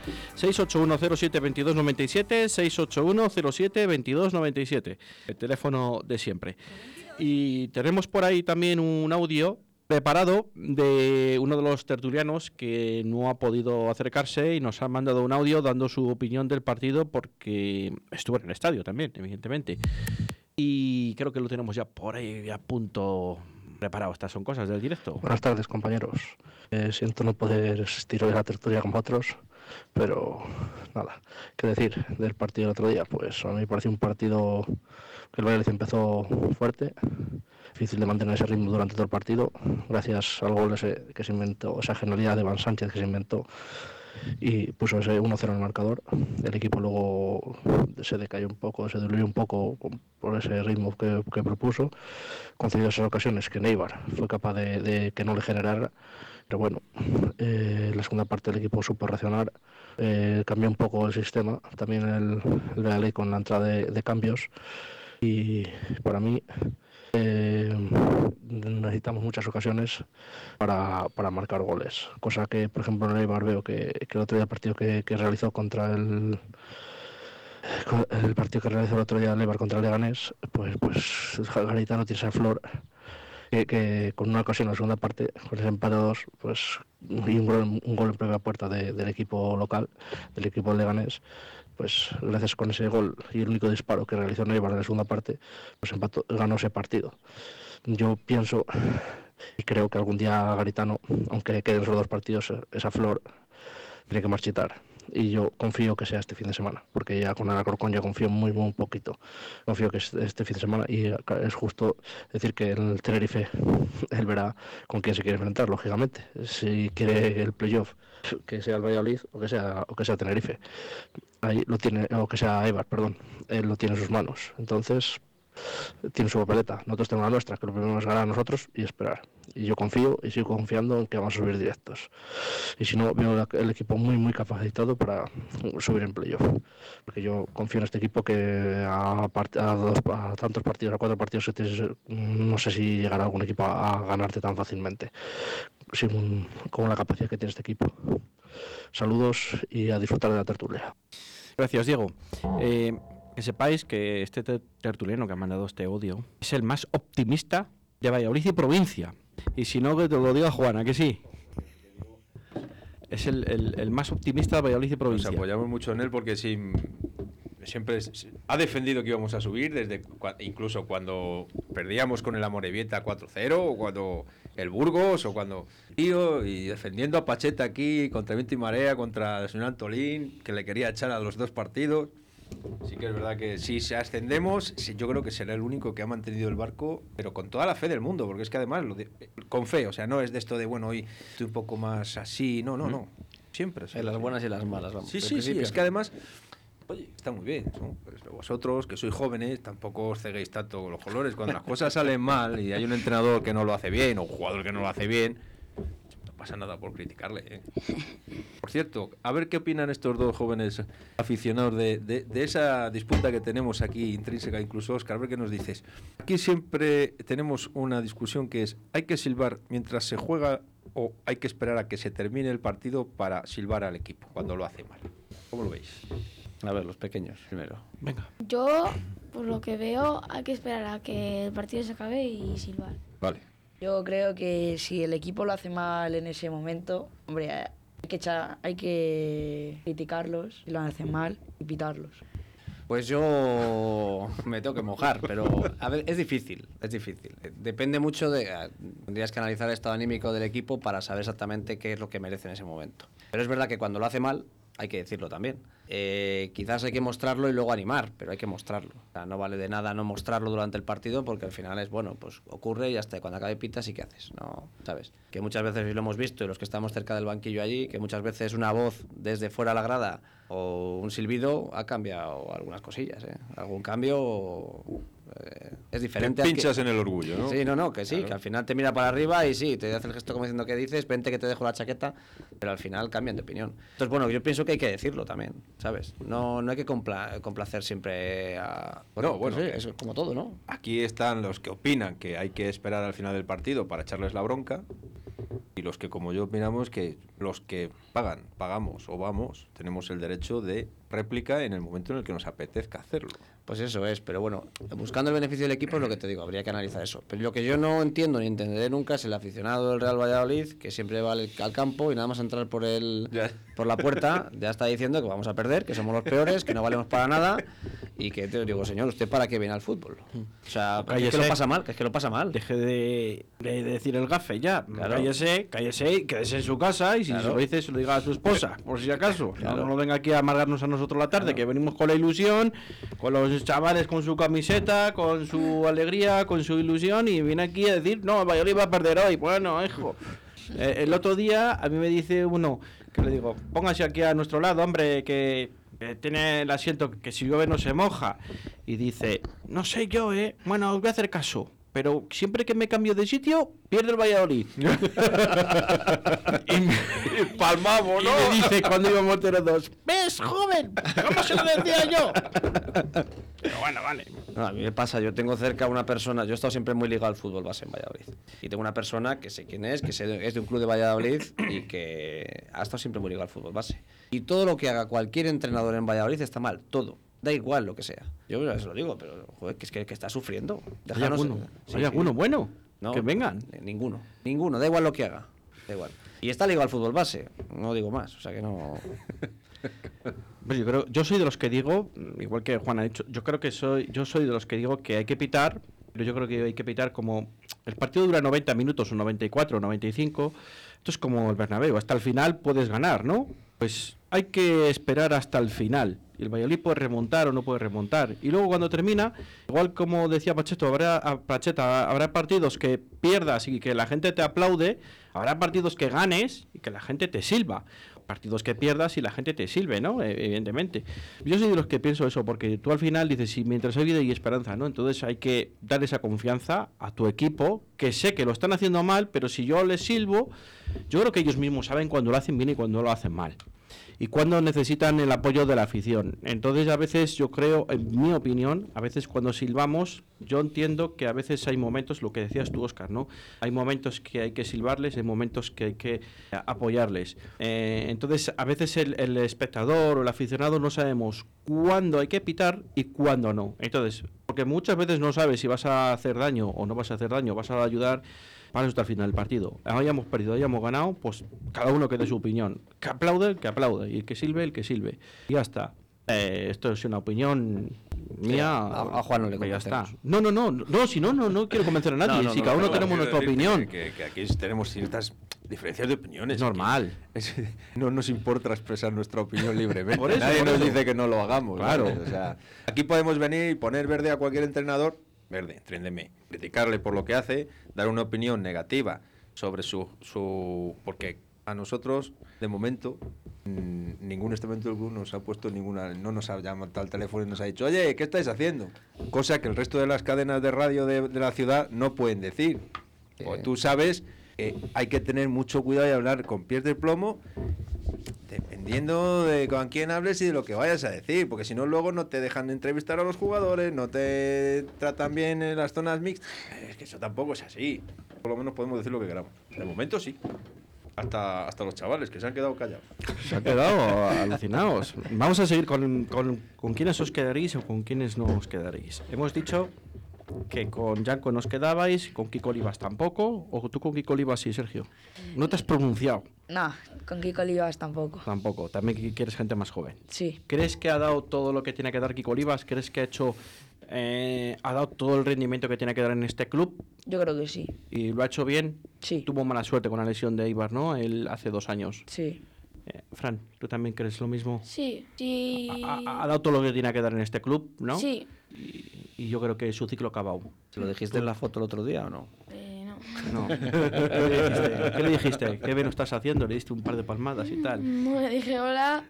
681072297, 681072297, el teléfono de siempre. Y tenemos por ahí también un audio preparado de uno de los tertulianos que no ha podido acercarse y nos ha mandado un audio dando su opinión del partido porque estuvo en el estadio también, evidentemente. Y creo que lo tenemos ya por ahí a punto preparado. Estas son cosas del directo.
Buenas tardes, compañeros. Eh, siento no poder asistir hoy a la tertulia con vosotros, pero nada, qué decir del partido del otro día. Pues a mí me pareció un partido que el Valencia empezó fuerte, difícil de mantener ese ritmo durante todo el partido, gracias al gol ese que se inventó, esa genialidad de Van Sánchez que se inventó
y puso ese 1-0 en el marcador. El equipo luego se decayó un poco, se diluyó un poco con- por ese ritmo que, que propuso. Concedió esas ocasiones que Neibar fue capaz de, de que no le generara. Pero bueno, eh, la segunda parte el equipo supo reaccionar. eh, cambió un poco el sistema, también el, el Real Madrid con la entrada de- de cambios. Y para mí, eh, necesitamos muchas ocasiones para, para marcar goles. Cosa que, por ejemplo, en el Eibar veo que, que el otro día el partido que, que realizó contra el con- el partido que realizó el otro día el Eibar contra el Leganés, pues, pues Garitano tiene esa flor que, que con una ocasión en la segunda parte, con ese empate a dos, pues y un gol, en- un gol en propia puerta de- del equipo local, del equipo Leganés, pues gracias con ese gol y el único disparo que realizó Neibar en la segunda parte, pues empató- ganó ese partido. Yo pienso y creo que algún día Garitano, aunque queden solo dos partidos, eh, esa flor tiene que marchitar. Y yo confío que sea este fin de semana, porque ya con el Alcorcón ya confío muy, muy poquito. Confío que es este fin de semana y eh, ca- es justo decir que el Tenerife, él verá con quién se quiere enfrentar, lógicamente. Si quiere el playoff, que sea el Valladolid o que sea, o que sea Tenerife. Ahí lo tiene, o que sea Eibar, perdón. Él lo tiene en sus manos. Entonces, tiene su papeleta. Nosotros tenemos la nuestra, que lo primero es ganar a nosotros y esperar. Y yo confío y sigo confiando en que vamos a subir directos. Y si no, veo la- el equipo muy, muy capacitado para subir en playoff. Porque yo confío en este equipo que a, part- a dos- a tantos partidos, a cuatro partidos, que tienes, no sé si llegará algún equipo a, a ganarte tan fácilmente. Según, con la capacidad que tiene este equipo. Saludos y a disfrutar de la tertulia.
Gracias, Diego. Eh, que sepáis que este ter- tertuliano que ha mandado este odio es el más optimista de Valladolid y provincia. Y si no, que te lo diga Juana, que sí. Es el, el- el más optimista de Valladolid y
Nos
provincia.
apoyamos mucho en él porque sí, mm, siempre es- ha defendido que íbamos a subir, desde cua- incluso cuando perdíamos con el Amorebieta 4-0, o cuando el Burgos, o cuando. Tío, y defendiendo a Pacheta aquí contra Viento y Marea, contra el señor Antolín, que le quería echar a los dos partidos. Sí que es verdad que si se ascendemos, sí, yo creo que será el único que ha mantenido el barco, pero con toda la fe del mundo, porque es que además, lo de- con fe, o sea, no es de esto de, bueno, hoy estoy un poco más así, no, no, no, siempre.
En las buenas y las malas, vamos.
Sí,
Del
sí, sí,
principio.
es que además, oye, está muy bien, ¿no? Pues vosotros que sois jóvenes, tampoco os ceguéis tanto con los colores, cuando las cosas salen mal y hay un entrenador que no lo hace bien o un jugador que no lo hace bien, no pasa nada por criticarle, ¿eh? Por cierto, a ver qué opinan estos dos jóvenes aficionados de, de- de esa disputa que tenemos aquí, intrínseca incluso, Oscar, a ver qué nos dices. Aquí siempre tenemos una discusión que es, ¿hay que silbar mientras se juega o hay que esperar a que se termine el partido para silbar al equipo cuando lo hace mal? ¿Cómo lo veis?
A ver, los pequeños primero.
Venga.
Yo, por lo que veo, hay que esperar a que el partido se acabe y silbar.
Vale.
Yo creo que si el equipo lo hace mal en ese momento, hombre, eh, hay que, echar- hay que criticarlos, si lo hacen mal, y pitarlos.
Pues yo me tengo que mojar, pero a ver, es difícil, es difícil. Eh, Depende mucho de... ah, Tendrías que analizar el estado anímico del equipo para saber exactamente qué es lo que merece en ese momento. Pero es verdad que cuando lo hace mal, hay que decirlo también. Eh, quizás hay que mostrarlo y luego animar, pero hay que mostrarlo. O sea, no vale de nada no mostrarlo durante el partido porque al final es, bueno, pues ocurre y hasta cuando acabe pitas y qué haces, ¿no? ¿Sabes? Que muchas veces, y lo hemos visto, y los que estamos cerca del banquillo allí, que muchas veces una voz desde fuera de la grada o un silbido ha cambiado algunas cosillas, ¿eh? Algún cambio eh, es diferente.
Te
al
pinchas en el orgullo, ¿no?
Sí, no, no, que sí,
Claro.
que al final te mira para arriba y sí, te hace el gesto como diciendo que dices, vente que te dejo la chaqueta, pero al final cambian de opinión. Entonces, bueno, yo pienso que hay que decirlo también, ¿sabes? No, no hay que compla- complacer siempre a...
no, bueno,
pues sí, es como todo, ¿no?
Aquí están los que opinan que hay que esperar al final del partido para echarles la bronca y los que como yo opinamos que los que pagan, pagamos o vamos, tenemos el derecho de réplica en el momento en el que nos apetezca hacerlo.
Pues eso es, pero bueno, buscando el beneficio del equipo es lo que te digo, habría que analizar eso. Pero lo que yo no entiendo ni entenderé nunca es el aficionado del Real Valladolid, que siempre va al, al campo y nada más entrar por el por la puerta, ya está diciendo que vamos a perder, que somos los peores, que no valemos para nada, y que te digo, señor, ¿usted para qué viene al fútbol? O sea, que es que lo
Cállese.
pasa mal, que es que lo pasa mal.
Deje de, de decir el gafe ya. Cállese, cállese y quédese en su casa. Y si
Claro.
se lo dice, se lo diga a su esposa, por si acaso. No- No, venga aquí a amargarnos a nosotros la tarde, que venimos con la ilusión, con los chavales con su camiseta, con su alegría, con su ilusión. Y viene aquí a decir, no, el Valladolid va a perder hoy. Bueno, hijo.
Eh, el otro día a mí me dice uno, que le digo, póngase aquí a nuestro lado, hombre, que, que tiene el asiento que si llueve no se moja. Y dice, no sé yo, ¿eh? Bueno, os voy a hacer caso. Pero siempre que me cambio de sitio, pierdo el Valladolid. y palmamos, ¿no? Y me dice cuando íbamos 0-2,
¿Ves, joven? ¿Cómo se lo decía yo?
Pero bueno, vale.
No, a mí me pasa, yo tengo cerca una persona, yo he estado siempre muy ligado al fútbol base en Valladolid. Y tengo una persona que sé quién es, que sé- es de un club de Valladolid y que ha estado siempre muy ligado al fútbol base. Y todo lo que haga cualquier entrenador en Valladolid está mal, todo. Da igual lo que sea. Yo bueno, se lo digo, pero joder, que es que, que está sufriendo.
Hay alguno, hay alguno bueno, que
vengan. Ninguno, ninguno, da igual lo que haga. Da igual. Y está ligado al fútbol base, no digo más, o sea que no.
Pues yo, creo- yo soy de los que digo, mm, igual que Juan ha dicho, yo creo que soy, yo soy de los que digo que hay que pitar, pero yo creo que hay que pitar como el partido dura 90 minutos o 94 o 95, esto es como el Bernabéu, hasta el final puedes ganar, ¿no? Pues hay que esperar hasta el final. Y el Valladolid puede remontar o no puede remontar. Y luego cuando termina, igual como decía Pacheco, habrá a- Pacheta, habrá partidos que pierdas y que la gente te aplaude, habrá partidos que ganes y que la gente te silba partidos que pierdas y la gente te sirve, ¿no? E- Evidentemente. Yo soy de los que pienso eso, porque tú al final dices, si mientras hay vida y esperanza, ¿no? Entonces hay que dar esa confianza a tu equipo, que sé que lo están haciendo mal, pero si yo les silbo, yo creo que ellos mismos saben cuando lo hacen bien y cuando lo hacen mal. Y cuando necesitan el apoyo de la afición. Entonces, a veces yo creo, en mi opinión, a veces cuando silbamos, yo entiendo que a veces hay momentos, lo que decías tú, Oscar, ¿no? Hay momentos que hay que silbarles, hay momentos que hay que a- apoyarles. Eh, entonces, a veces el, el espectador o el aficionado no sabemos cuándo hay que pitar y cuándo no. Entonces, porque muchas veces no sabes si vas a hacer daño o no vas a hacer daño, vas a ayudar, para hasta el final del partido. Hayamos perdido, hayamos ganado, pues cada uno que dé su opinión. Que aplaude el que aplaude y el que silbe el que silbe. Y ya está. Eh, esto es una opinión mía.
a- a Juan no le
pero ya está.
convencemos.
No, no, no, no, si no, no, no quiero convencer a nadie.
No, no,
si
no,
cada uno
pero
tenemos
quiero
nuestra
decirte
opinión.
Que, que aquí tenemos ciertas diferencias de opiniones. Normal. no nos importa expresar nuestra opinión libremente.
Por eso,
Nadie
por
nos
eso.
dice que no lo hagamos.
Claro.
¿vale? O sea, aquí podemos venir y poner verde a cualquier entrenador. Verde, entiéndeme. Criticarle por lo que hace, dar una opinión negativa sobre su... su porque a nosotros, de momento, mm, ningún estamento del club nos ha puesto ninguna... No nos ha llamado al teléfono y nos ha dicho, oye, ¿qué estáis haciendo? Cosa que el resto de las cadenas de radio de- de la ciudad no pueden decir. Pues tú sabes que hay que tener mucho cuidado y hablar con pies de plomo, dependiendo de con quién hables y de lo que vayas a decir, porque si no, luego no te dejan entrevistar a los jugadores, no te tratan bien en las zonas mixtas. Eh, Es que eso tampoco es así. Por lo menos podemos decir lo que queramos. De momento sí. Hasta, hasta los chavales que se han quedado callados.
Se han quedado alucinados. Vamos a seguir con, con, con quiénes os quedaréis o con quiénes no os quedaréis. Hemos dicho que con Yanko nos quedabais, con Kiko Olivas tampoco, o tú con Kiko Olivas sí, Sergio. No te has pronunciado
No, con Kiko Olivas tampoco.
tampoco, también que quieres gente más joven.
Sí.
¿Crees que ha dado todo lo que tiene que dar Kiko Olivas? ¿Crees que ha hecho... eh, ha dado todo el rendimiento que tiene que dar en este club
Yo creo que sí.
y lo ha hecho bien. Sí. Tuvo mala suerte con la lesión de Ibar, ¿no? Él hace dos años. Eh,
Sí.
Fran, ¿tú también crees lo mismo?
Sí, sí.
ha, ha dado todo lo que tenía que dar en este club, ¿no?
Sí.
Y yo creo que su ciclo ha acabado. ¿Se lo dijiste en la foto el otro día o no?
Eh, no.
No. ¿Qué le dijiste? ¿Qué, le dijiste? ¿Qué bien lo estás haciendo? Le diste un par de palmadas y tal.
No, le dije hola,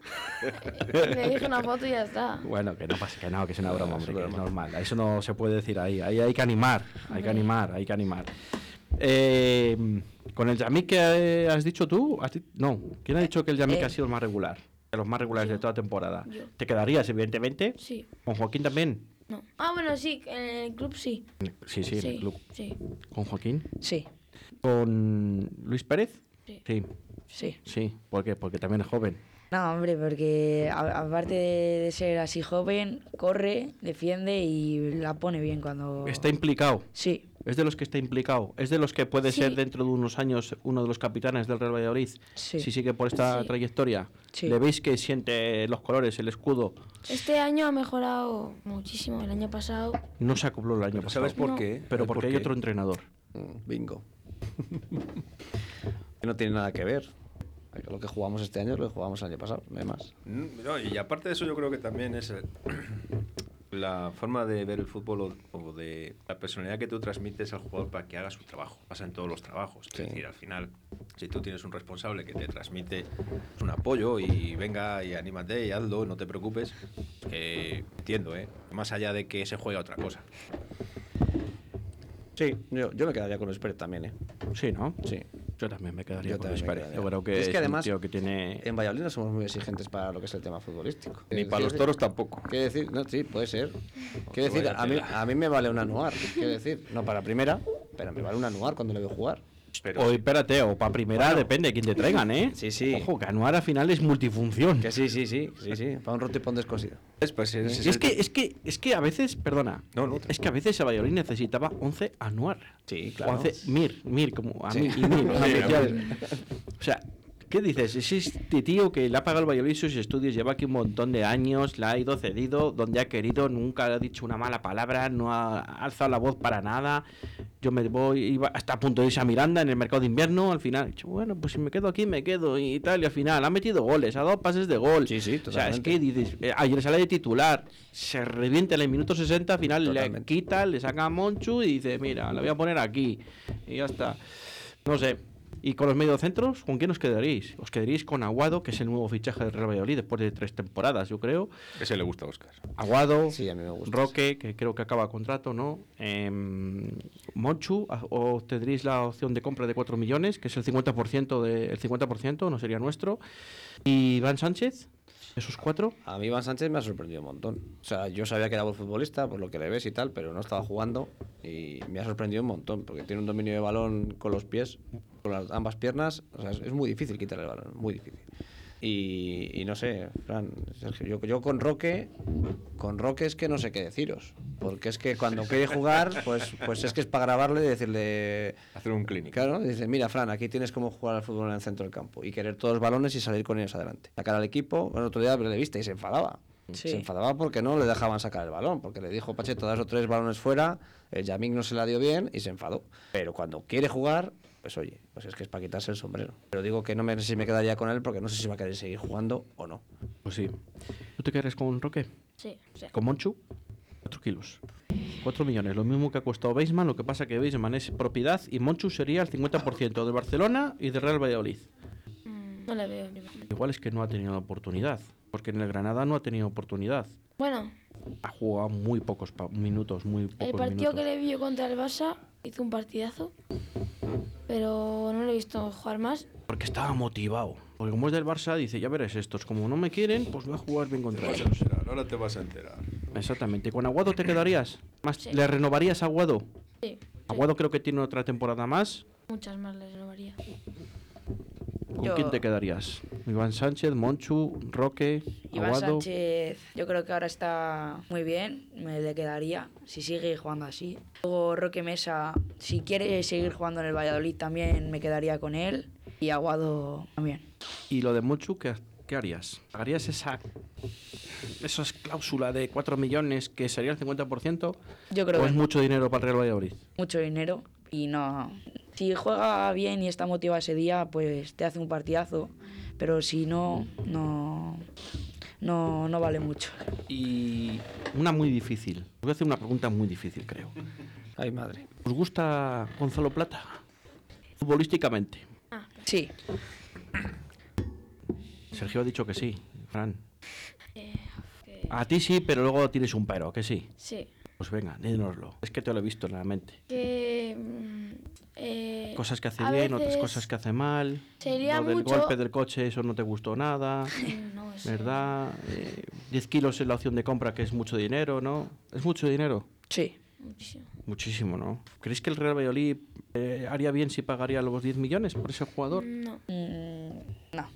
le dije una foto y ya está.
Bueno, que no pasa, que no, que es una broma, hombre, que es normal. Eso no se puede decir ahí. Ahí hay que animar, hay que
Hombre.
animar, hay que animar. Eh, con el Yamik que eh, has dicho tú, has di- no, ¿quién ha dicho que el Yamik
eh.
ha sido el más regular? De los más regulares de toda temporada.
Yo.
¿Te quedarías, evidentemente?
Sí.
¿Con Joaquín también?
No. Ah, bueno, sí, en el club sí.
Sí, sí, en el club.
Sí.
¿Con Joaquín?
Sí.
¿Con Luis Pérez?
Sí.
Sí.
Sí.
¿Por qué? Porque también es joven.
No, hombre, porque a- aparte de, de ser así joven, corre, defiende y la pone bien cuando...
¿Está implicado?
Sí.
¿Es de los que está implicado? ¿Es de los que puede
Sí.
ser dentro de unos años uno de los capitanes del Real Valladolid?
Sí.
Si sigue por esta
Sí.
trayectoria.
Sí.
¿Le veis que siente los colores, el escudo?
Este año ha mejorado muchísimo. El año pasado
No se acopló el año pasado.
¿sabes por No. qué? ¿Sabes
Pero
por
porque hay
qué?
otro entrenador.
Bingo. que no tiene nada que ver. Lo que jugamos este año lo que jugamos el año pasado, no hay más.
Mm, no, y aparte de eso, yo creo que también es el- la forma de ver el fútbol o, o de la personalidad que tú transmites al jugador para que haga su trabajo. Pasa en todos los trabajos. Es decir, al final, Si tú tienes un responsable que te transmite un apoyo y venga y anímate y hazlo, no te preocupes, que entiendo, ¿eh? Más allá de que se juegue a otra cosa.
Sí, yo, yo me quedaría con Esper también, ¿eh?
Sí, ¿no?
Sí.
Yo también me quedaría
Yo
con
también me
Esper.
quedaría.
Yo creo que
Y
es,
es que además,
un tío que tiene...
En Valladolid no somos muy exigentes para lo que es el tema futbolístico.
Ni
Quiero
para los
decir-
toros tampoco.
Quiero decir, no, sí, puede ser.
Ocho,
Quiero decir,
vaya
a mí,
tela.
a mí me vale un anuar. Quiero decir, no para primera, pero me vale un anuar cuando le veo jugar.
O espérate, o para primera,
Bueno.
depende de quién te traigan, ¿eh?
Sí, sí.
Ojo, que Anuar al final es multifunción.
Que sí, sí, sí, sí, sí. Para un roto y para un descosido.
Y es, que, es, que, es que a veces, perdona, es que a veces el Valladolid necesitaba 11 Anuar.
Sí,
O
claro.
11 Mir, Mir, como a
Sí.
mí y Mir.
Sí,
a mí,
a
ya
Mir.
ves. O sea, ¿qué dices? Es este tío que le ha pagado el Valladolid sus estudios, lleva aquí un montón de años, le ha ido cedido donde ha querido, nunca ha dicho una mala palabra, no ha alzado la voz para nada. Yo me voy, iba hasta a punto de irse a Miranda en el mercado de invierno, al final, he dicho, bueno, pues si me quedo aquí, me quedo y tal, y al final ha metido goles, ha dado pases de gol. Sí, sí, O sea, es
totalmente.
que dices, eh, ayer sale de titular, se revienta en el minuto 60, al final le
Totalmente.
quita, le saca a Monchu y dice, mira, la voy a poner aquí. Y ya está. No sé. ¿Y con los mediocentros? ¿Con quién os quedaréis? Os quedaréis con Aguado, que es el nuevo fichaje del Real Valladolid después de tres temporadas, yo creo.
Ese le gusta a Oscar.
Aguado,
Sí, a mí me gusta.
Roque, que creo que acaba contrato, ¿no? Em, Monchu, a- o tendréis la opción de compra de 4 millones, que es el 50%, de, el 50% no sería nuestro. Y Iván Sánchez, esos cuatro.
A mí Iván Sánchez me ha sorprendido un montón. O sea, yo sabía que era buen futbolista, por lo que le ves y tal, pero no estaba jugando y me ha sorprendido un montón, porque tiene un dominio de balón con los pies, con las, ambas piernas. O sea, es, es muy difícil quitarle el balón, muy difícil. Y, y no sé, Fran, Sergio, yo, yo con Roque, con Roque es que no sé qué deciros, porque es que cuando quiere jugar, pues, pues es que es para grabarle y decirle...
Hacer un clínico.
Claro, dice, mira, Fran, aquí tienes cómo jugar al fútbol en el centro del campo y querer todos los balones y salir con ellos adelante. Sacar al equipo, el otro día le viste y se enfadaba.
Sí.
Se enfadaba porque no le dejaban sacar el balón, porque le dijo Pacheco dos o tres balones fuera, el Yamik no se la dio bien y se enfadó. Pero cuando quiere jugar, pues oye, pues es que es para quitarse el sombrero. Pero digo que no me, no sé si me quedaría con él porque no sé si va a querer seguir jugando o no.
Pues sí. ¿Tú te quedarías con Roque?
Sí, sí.
Con Monchu, 4 kilos. 4 millones, lo mismo que ha costado Beisman, lo que pasa que Beisman es propiedad y Monchu sería el 50% de Barcelona y de Real Valladolid.
Mm, No le veo. yo.
Igual es que no ha tenido la oportunidad, porque en el Granada no ha tenido oportunidad.
Bueno,
Ha jugado muy pocos pa- minutos, muy pocos
el partido
minutos.
que le vi yo contra el Barça hizo un partidazo, pero no lo he visto jugar más.
Porque estaba motivado. Porque como es del Barça, dice, ya verás estos, como no me quieren, pues voy a jugar bien contra ellos.
Ahora te vas a enterar.
Exactamente. ¿Con Aguado te quedarías? Más,
Sí.
¿Le renovarías a Aguado?
Sí,
Aguado creo que tiene otra temporada más.
muchas más le renovaría.
¿Con
Yo-
quién te quedarías? Iván Sánchez, Monchu, Roque,
Iván
Aguado.
Sánchez, yo creo que ahora está muy bien, me le quedaría si sigue jugando así. Luego Roque Mesa, si quiere seguir jugando en el Valladolid también me quedaría con él y Aguado también.
¿Y lo de Monchu qué, qué harías? ¿Harías esa, esa cláusula de 4 millones que sería el 50%?
Yo creo
¿O
que
es mucho dinero para el Real Valladolid?
mucho dinero y no. Si juega bien y está motivado ese día, pues te hace un partidazo, pero si no, no, no, no vale mucho.
Y una muy difícil. Os voy a hacer una pregunta muy difícil, creo.
Ay, madre.
¿Os gusta Gonzalo Plata? Futbolísticamente.
Sí,
Sergio ha dicho que sí, Fran.
Eh,
A ti sí, pero luego tienes un pero, que sí.
Sí,
Pues venga, dínoslo. Es que te lo he visto en la mente.
que... mm, eh,
Cosas que hace
a
bien, otras
veces-
cosas que hace mal.
Sería
lo del
mucho-
golpe del coche, eso no te gustó nada.
No, eso-
¿Verdad? Eh, 10 kilos en la opción de compra, que es mucho dinero, ¿no? ¿Es mucho dinero?
sí.
Muchísimo.
Muchísimo, ¿no? ¿Creéis que el Real Valladolid eh, haría bien si pagaría los 10 millones por ese jugador?
No.
no.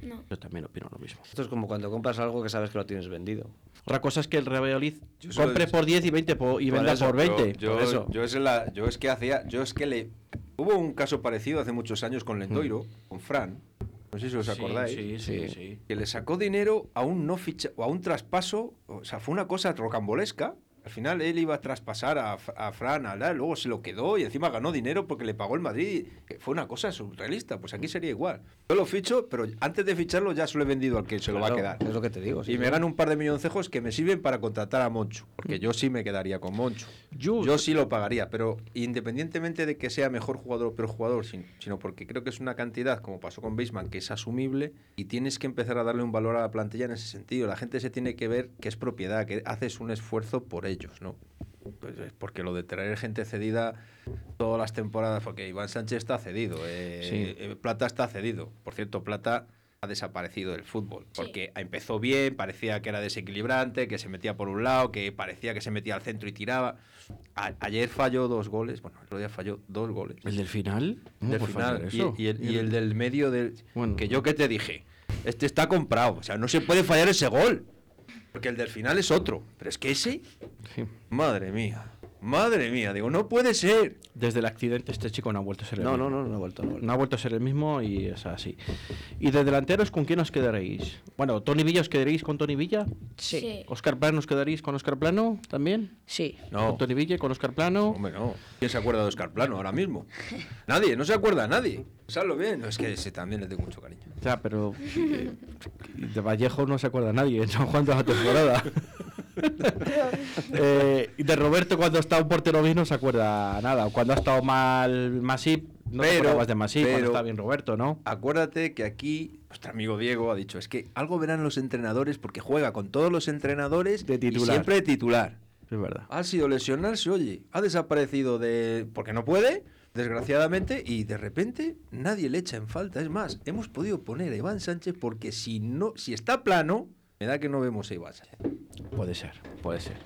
No.
Yo también opino lo mismo.
Esto es como cuando compras algo que sabes que lo tienes vendido.
Otra cosa es que el Real Valladolid
Yo solo
compre
he
por 10 y 20 po- y
Por
venda
eso,
por 20.
Yo,
por eso.
yo es la- yo es que hacía, yo es que le hubo un caso parecido hace muchos años con Lendoiro, con Fran. No sé si os
Hmm. Sí,
acordáis.
sí, sí, sí.
Que le sacó dinero a un no ficha, o a un traspaso, o sea, fue una cosa rocambolesca Al final él iba a traspasar a, F- a Fran, a Lal, luego se lo quedó y encima ganó dinero porque le pagó el Madrid. Que Fue una cosa surrealista, pues aquí sería igual. Yo lo ficho, pero antes de ficharlo ya se lo he vendido al que se lo va a
Claro,
quedar.
Es lo que te digo. sí,
Y me
sí.
gano un par de milloncejos que me sirven para contratar a Moncho, porque yo sí me quedaría con Moncho. Yo, sí lo pagaría, pero independientemente de que sea mejor jugador o peor jugador, sin- sino porque creo que es una cantidad, como pasó con Beisman, que es asumible y tienes que empezar a darle un valor a la plantilla en ese sentido. La gente se tiene que ver que es propiedad, que haces un esfuerzo por ellos, ¿no? Pues es porque lo de traer gente cedida todas las temporadas, porque Iván Sánchez está cedido, eh,
Sí.
eh, Plata está cedido. Por cierto, Plata ha desaparecido del fútbol, porque empezó bien, parecía que era desequilibrante, que se metía por un lado, que parecía que se metía al centro y tiraba. A- ayer falló dos goles, bueno, el otro día falló dos goles.
¿El del final? ¿Cómo
Del
puede
final
fallar
y,
eso?
Mm, y el, y el del medio del... Que yo que te dije, este está comprado, o sea, no se puede fallar ese gol, porque el del final es otro, pero es que ese... Madre mía, madre mía, digo, no puede ser.
Desde el accidente este chico no ha vuelto a ser el
No,
mismo.
no, no, no ha vuelto. no ha vuelto.
No ha vuelto a ser el mismo y es así. ¿Y de delanteros con quién os quedaréis? Bueno, Tony Villa, ¿os quedaréis con Tony Villa?
Sí. Sí.
¿Oscar Plano, os quedaréis con Oscar Plano también?
Sí.
No.
¿Con Tony Villa, y con Oscar Plano?
Hombre, no. ¿Quién se acuerda de Oscar Plano ahora mismo? Nadie, no se acuerda a nadie. Salvo bien. No, es que ese también le tengo mucho cariño.
Ya, pero eh, de Vallejo no se acuerda nadie, en San Juan de la temporada. Eh, y de Roberto cuando está un portero bien no se acuerda nada. O cuando ha estado mal Masip, no te acordabas de Masip, cuando está bien Roberto, ¿no?
Acuérdate que aquí nuestro amigo Diego ha dicho, es que algo verán los entrenadores porque juega con todos los entrenadores de
titular.
Y siempre de titular.
Es verdad.
Ha sido lesionarse, oye, ha desaparecido de... porque no puede, desgraciadamente, y de repente nadie le echa en falta. Es más, hemos podido poner a Iván Sánchez porque si no, si está plano, me da que no vemos a Iván Sánchez.
Puede ser, puede ser.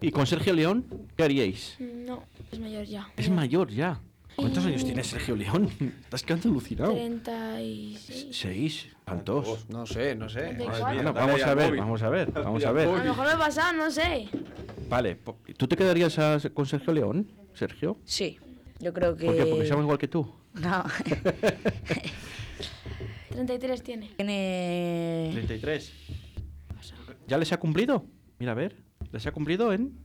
¿Y con Sergio León qué haríais?
No, es mayor ya.
Es mayor ya. ¿Cuántos
Y-
años tiene Sergio León? Estás quedando alucinado.
36.
¿Seis? ¿Cuántos?
No sé, no sé.
Madre
Madre
mía,
mía,
dale
vamos
ahí
a
al
ver,
móvil.
vamos a ver, vamos
Dale
a
al
ver.
A lo mejor me pasa, no sé.
Vale, po- ¿tú te quedarías a- con Sergio León, Sergio?
Sí, yo creo que...
¿Por qué? Porque se llama igual que tú.
No.
33 tiene.
¿Eh?
Tiene...
33. ¿Ya les ha cumplido? Mira, a ver. ¿Les ha cumplido en...?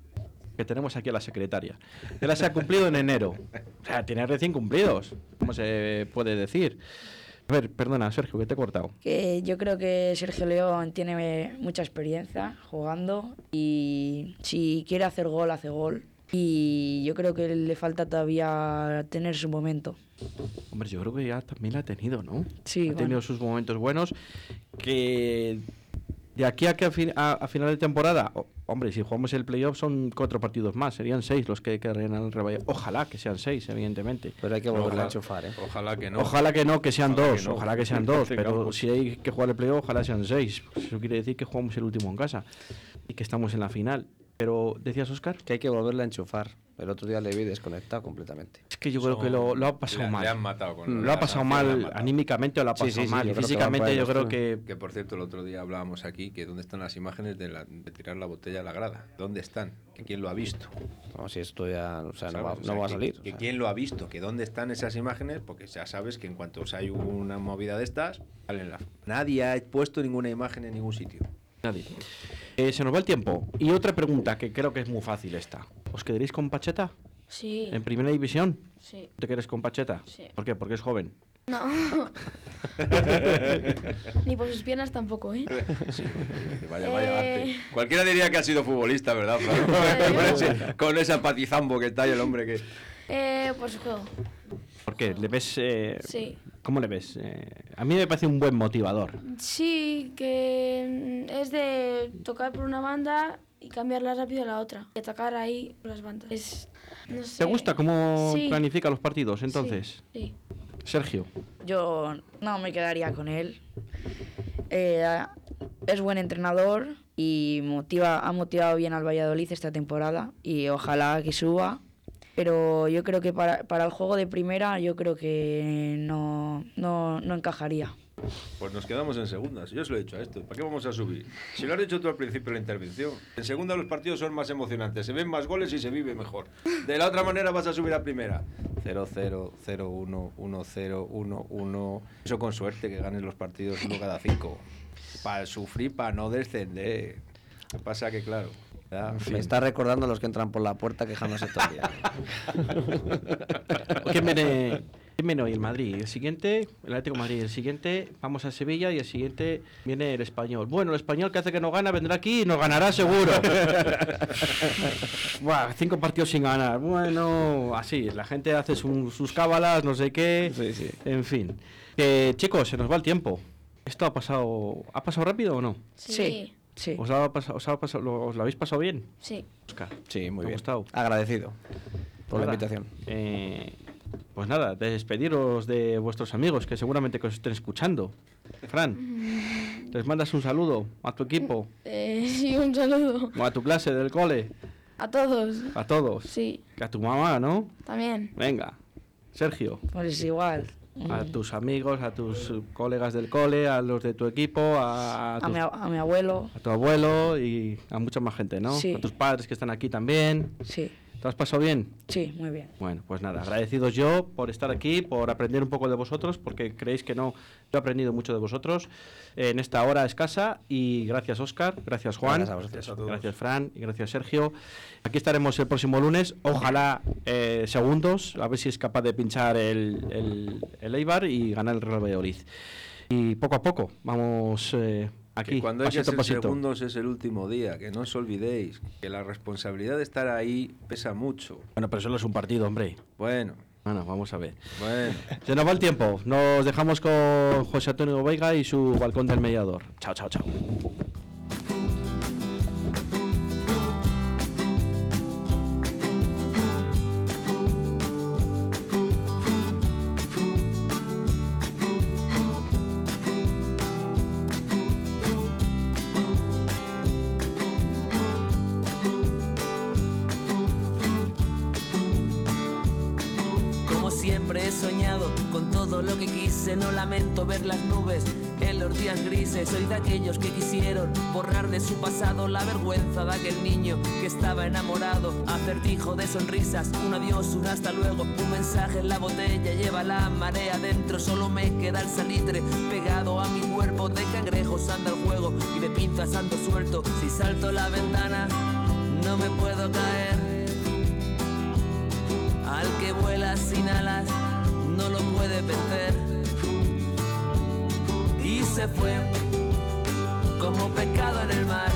Que tenemos aquí a la secretaria. Ya las ha cumplido en enero. O sea, tiene recién cumplidos. ¿Cómo se puede decir? A ver, perdona, Sergio, que te he cortado.
Que yo creo que Sergio León tiene mucha experiencia jugando y si quiere hacer gol, hace gol. Y yo creo que le falta todavía tener su momento.
Hombre, yo creo que ya también la ha tenido, ¿no?
Sí,
Ha
bueno.
tenido sus momentos buenos. Que de aquí a que a, fin- a- a final de temporada, o- hombre, si jugamos el playoff son cuatro partidos más, serían seis los que quedarían al Real Valladolid. Ojalá que sean seis, evidentemente. Pero hay que
volverle a enchufar, ¿eh?
Ojalá que no.
Ojalá que no, que sean
Ojalá
dos,
que no.
ojalá que sean dos, pero
pues.
Tengamos-
si hay que jugar el playoff, ojalá sean seis. Pues Eso quiere decir que jugamos el último en casa y que estamos en la final. Pero decías, Oscar,
Que hay que volverle a enchufar. El otro día le vi desconectado completamente.
es que yo creo que lo, lo ha pasado
le-
mal.
le han matado con
lo
la
ha pasado
sanción, le han
mal
matado.
anímicamente o lo ha pasado mal. y físicamente yo creo que
Que por cierto, el otro día hablábamos aquí que dónde están las imágenes de, la- de tirar la botella a la grada. ¿Dónde están? Que quién lo ha visto.
No, si esto ya, o sea, no va,
¿sabes? O
no
sea,
va a
que-
salir. o
Que
sea.
quién lo ha visto, que dónde están esas imágenes, porque ya sabes que en cuanto os hay una movida de estas, salen las- Nadie ha puesto ninguna imagen en ningún sitio.
Nadie. Eh, se nos va el tiempo. Y otra pregunta que creo que es muy fácil esta. ¿Os quedaréis con Pacheta?
Sí.
¿En primera división?
Sí.
¿Te queréis con Pacheta?
Sí.
¿Por qué? Porque es joven.
No. Ni por sus piernas tampoco, ¿eh?
Vaya, vaya
Eh.
arte. Cualquiera diría que ha sido futbolista, ¿verdad? Fran? con, ese, con ese patizambo que está ahí el hombre que...
Eh, por su juego.
¿Por qué? ¿Le ves...? eh,
Sí.
¿Cómo le ves? Eh, a mí me parece un buen motivador.
Sí, que mm, es de tocar por una banda y cambiarla rápido a la otra. Y atacar ahí por las bandas. Es, no sé.
¿Te gusta cómo
Sí.
planifica los partidos entonces?
Sí.
Sergio.
Yo no me quedaría con él. Eh, es buen entrenador y motiva, ha motivado bien al Valladolid esta temporada y ojalá que suba. Pero yo creo que para, para el juego de primera yo creo que no, no, no encajaría.
Pues nos quedamos en segundas. Yo os lo he dicho a esto. ¿Para qué vamos a subir? Si lo has dicho tú al principio de la intervención. En segunda los partidos son más emocionantes. Se ven más goles y se vive mejor. De la otra manera vas a subir a primera. 0-0, 0-1, 1-0, 1-1. Eso con suerte que ganes los partidos uno cada cinco. Para sufrir, para no descender. Lo que pasa que, claro, Me está recordando a los que entran por la puerta quejándose todo el día.
¿Quién viene, quién viene hoy? El Madrid. El siguiente, el Atlético de Madrid. El siguiente, vamos a Sevilla. Y el siguiente viene el español. Bueno, el español que hace que no gana vendrá aquí y nos ganará seguro. Buah, cinco partidos sin ganar. Bueno, así. La gente hace su- sus cábalas, no sé qué. En fin. Eh, chicos, se nos va el tiempo. ¿Esto ha pasado, ha pasado rápido o no?
Sí. Sí.
¿Os, ha pas- os ha pasado- lo- os lo habéis pasado bien?
Sí.
Óscar,
Sí, muy
¿te ha
bien.
gustado?
Agradecido por la
Nada.
invitación.
Eh, pues nada, despediros de vuestros amigos que seguramente que os estén escuchando. Fran, les mandas un saludo a tu equipo,
Eh, sí, un saludo
o a tu clase del cole,
a todos.
a todos.
Sí,
Que A tu mamá, ¿no?
también.
Venga, Sergio.
Pues igual.
Eh.
A tus amigos, a tus eh, colegas del cole, a los de tu equipo, a,
A
tus-
mi, a- a mi abuelo.
a tu abuelo y a mucha más gente, ¿no?
Sí.
A tus padres que están aquí también.
Sí.
¿Te lo has pasado bien?
Sí, muy bien.
Bueno, pues nada, agradecidos yo por estar aquí, por aprender un poco de vosotros, porque creéis que no, yo he aprendido mucho de vosotros en esta hora escasa. Y gracias, Oscar, gracias, Juan,
Gracias a vosotros. Gracias a todos.
Fran, y gracias, Sergio. Aquí estaremos el próximo lunes, ojalá eh, segundos, a ver si es capaz de pinchar el, el, el Eibar y ganar el Real Valladolid. Y poco a poco, vamos eh, aquí,
que cuando hay que
pasito a
ser
pasito.
segundos es el último día, que no os olvidéis, que la responsabilidad de estar ahí pesa mucho.
Bueno, pero solo es un partido, hombre.
Bueno,
Bueno, vamos a ver.
bueno.
Se nos va el tiempo. Nos dejamos con José Antonio Veiga y su balcón del mediador. Chao, chao, chao.
Como siempre he soñado con todo lo que quise, no lamento ver las nubes en los días grises. Soy de aquellos que quisieron borrar de su pasado la vergüenza de aquel niño que estaba enamorado. Acertijo de sonrisas, un adiós, un hasta luego, un mensaje en la botella, lleva la marea adentro. Solo me queda el salitre pegado a mi cuerpo. De cangrejos anda el juego y de pinzas ando suelto. Si salto la ventana, no me puedo caer. Al que vuela sin alas no lo puede vencer. Y se fue como pescado en el mar.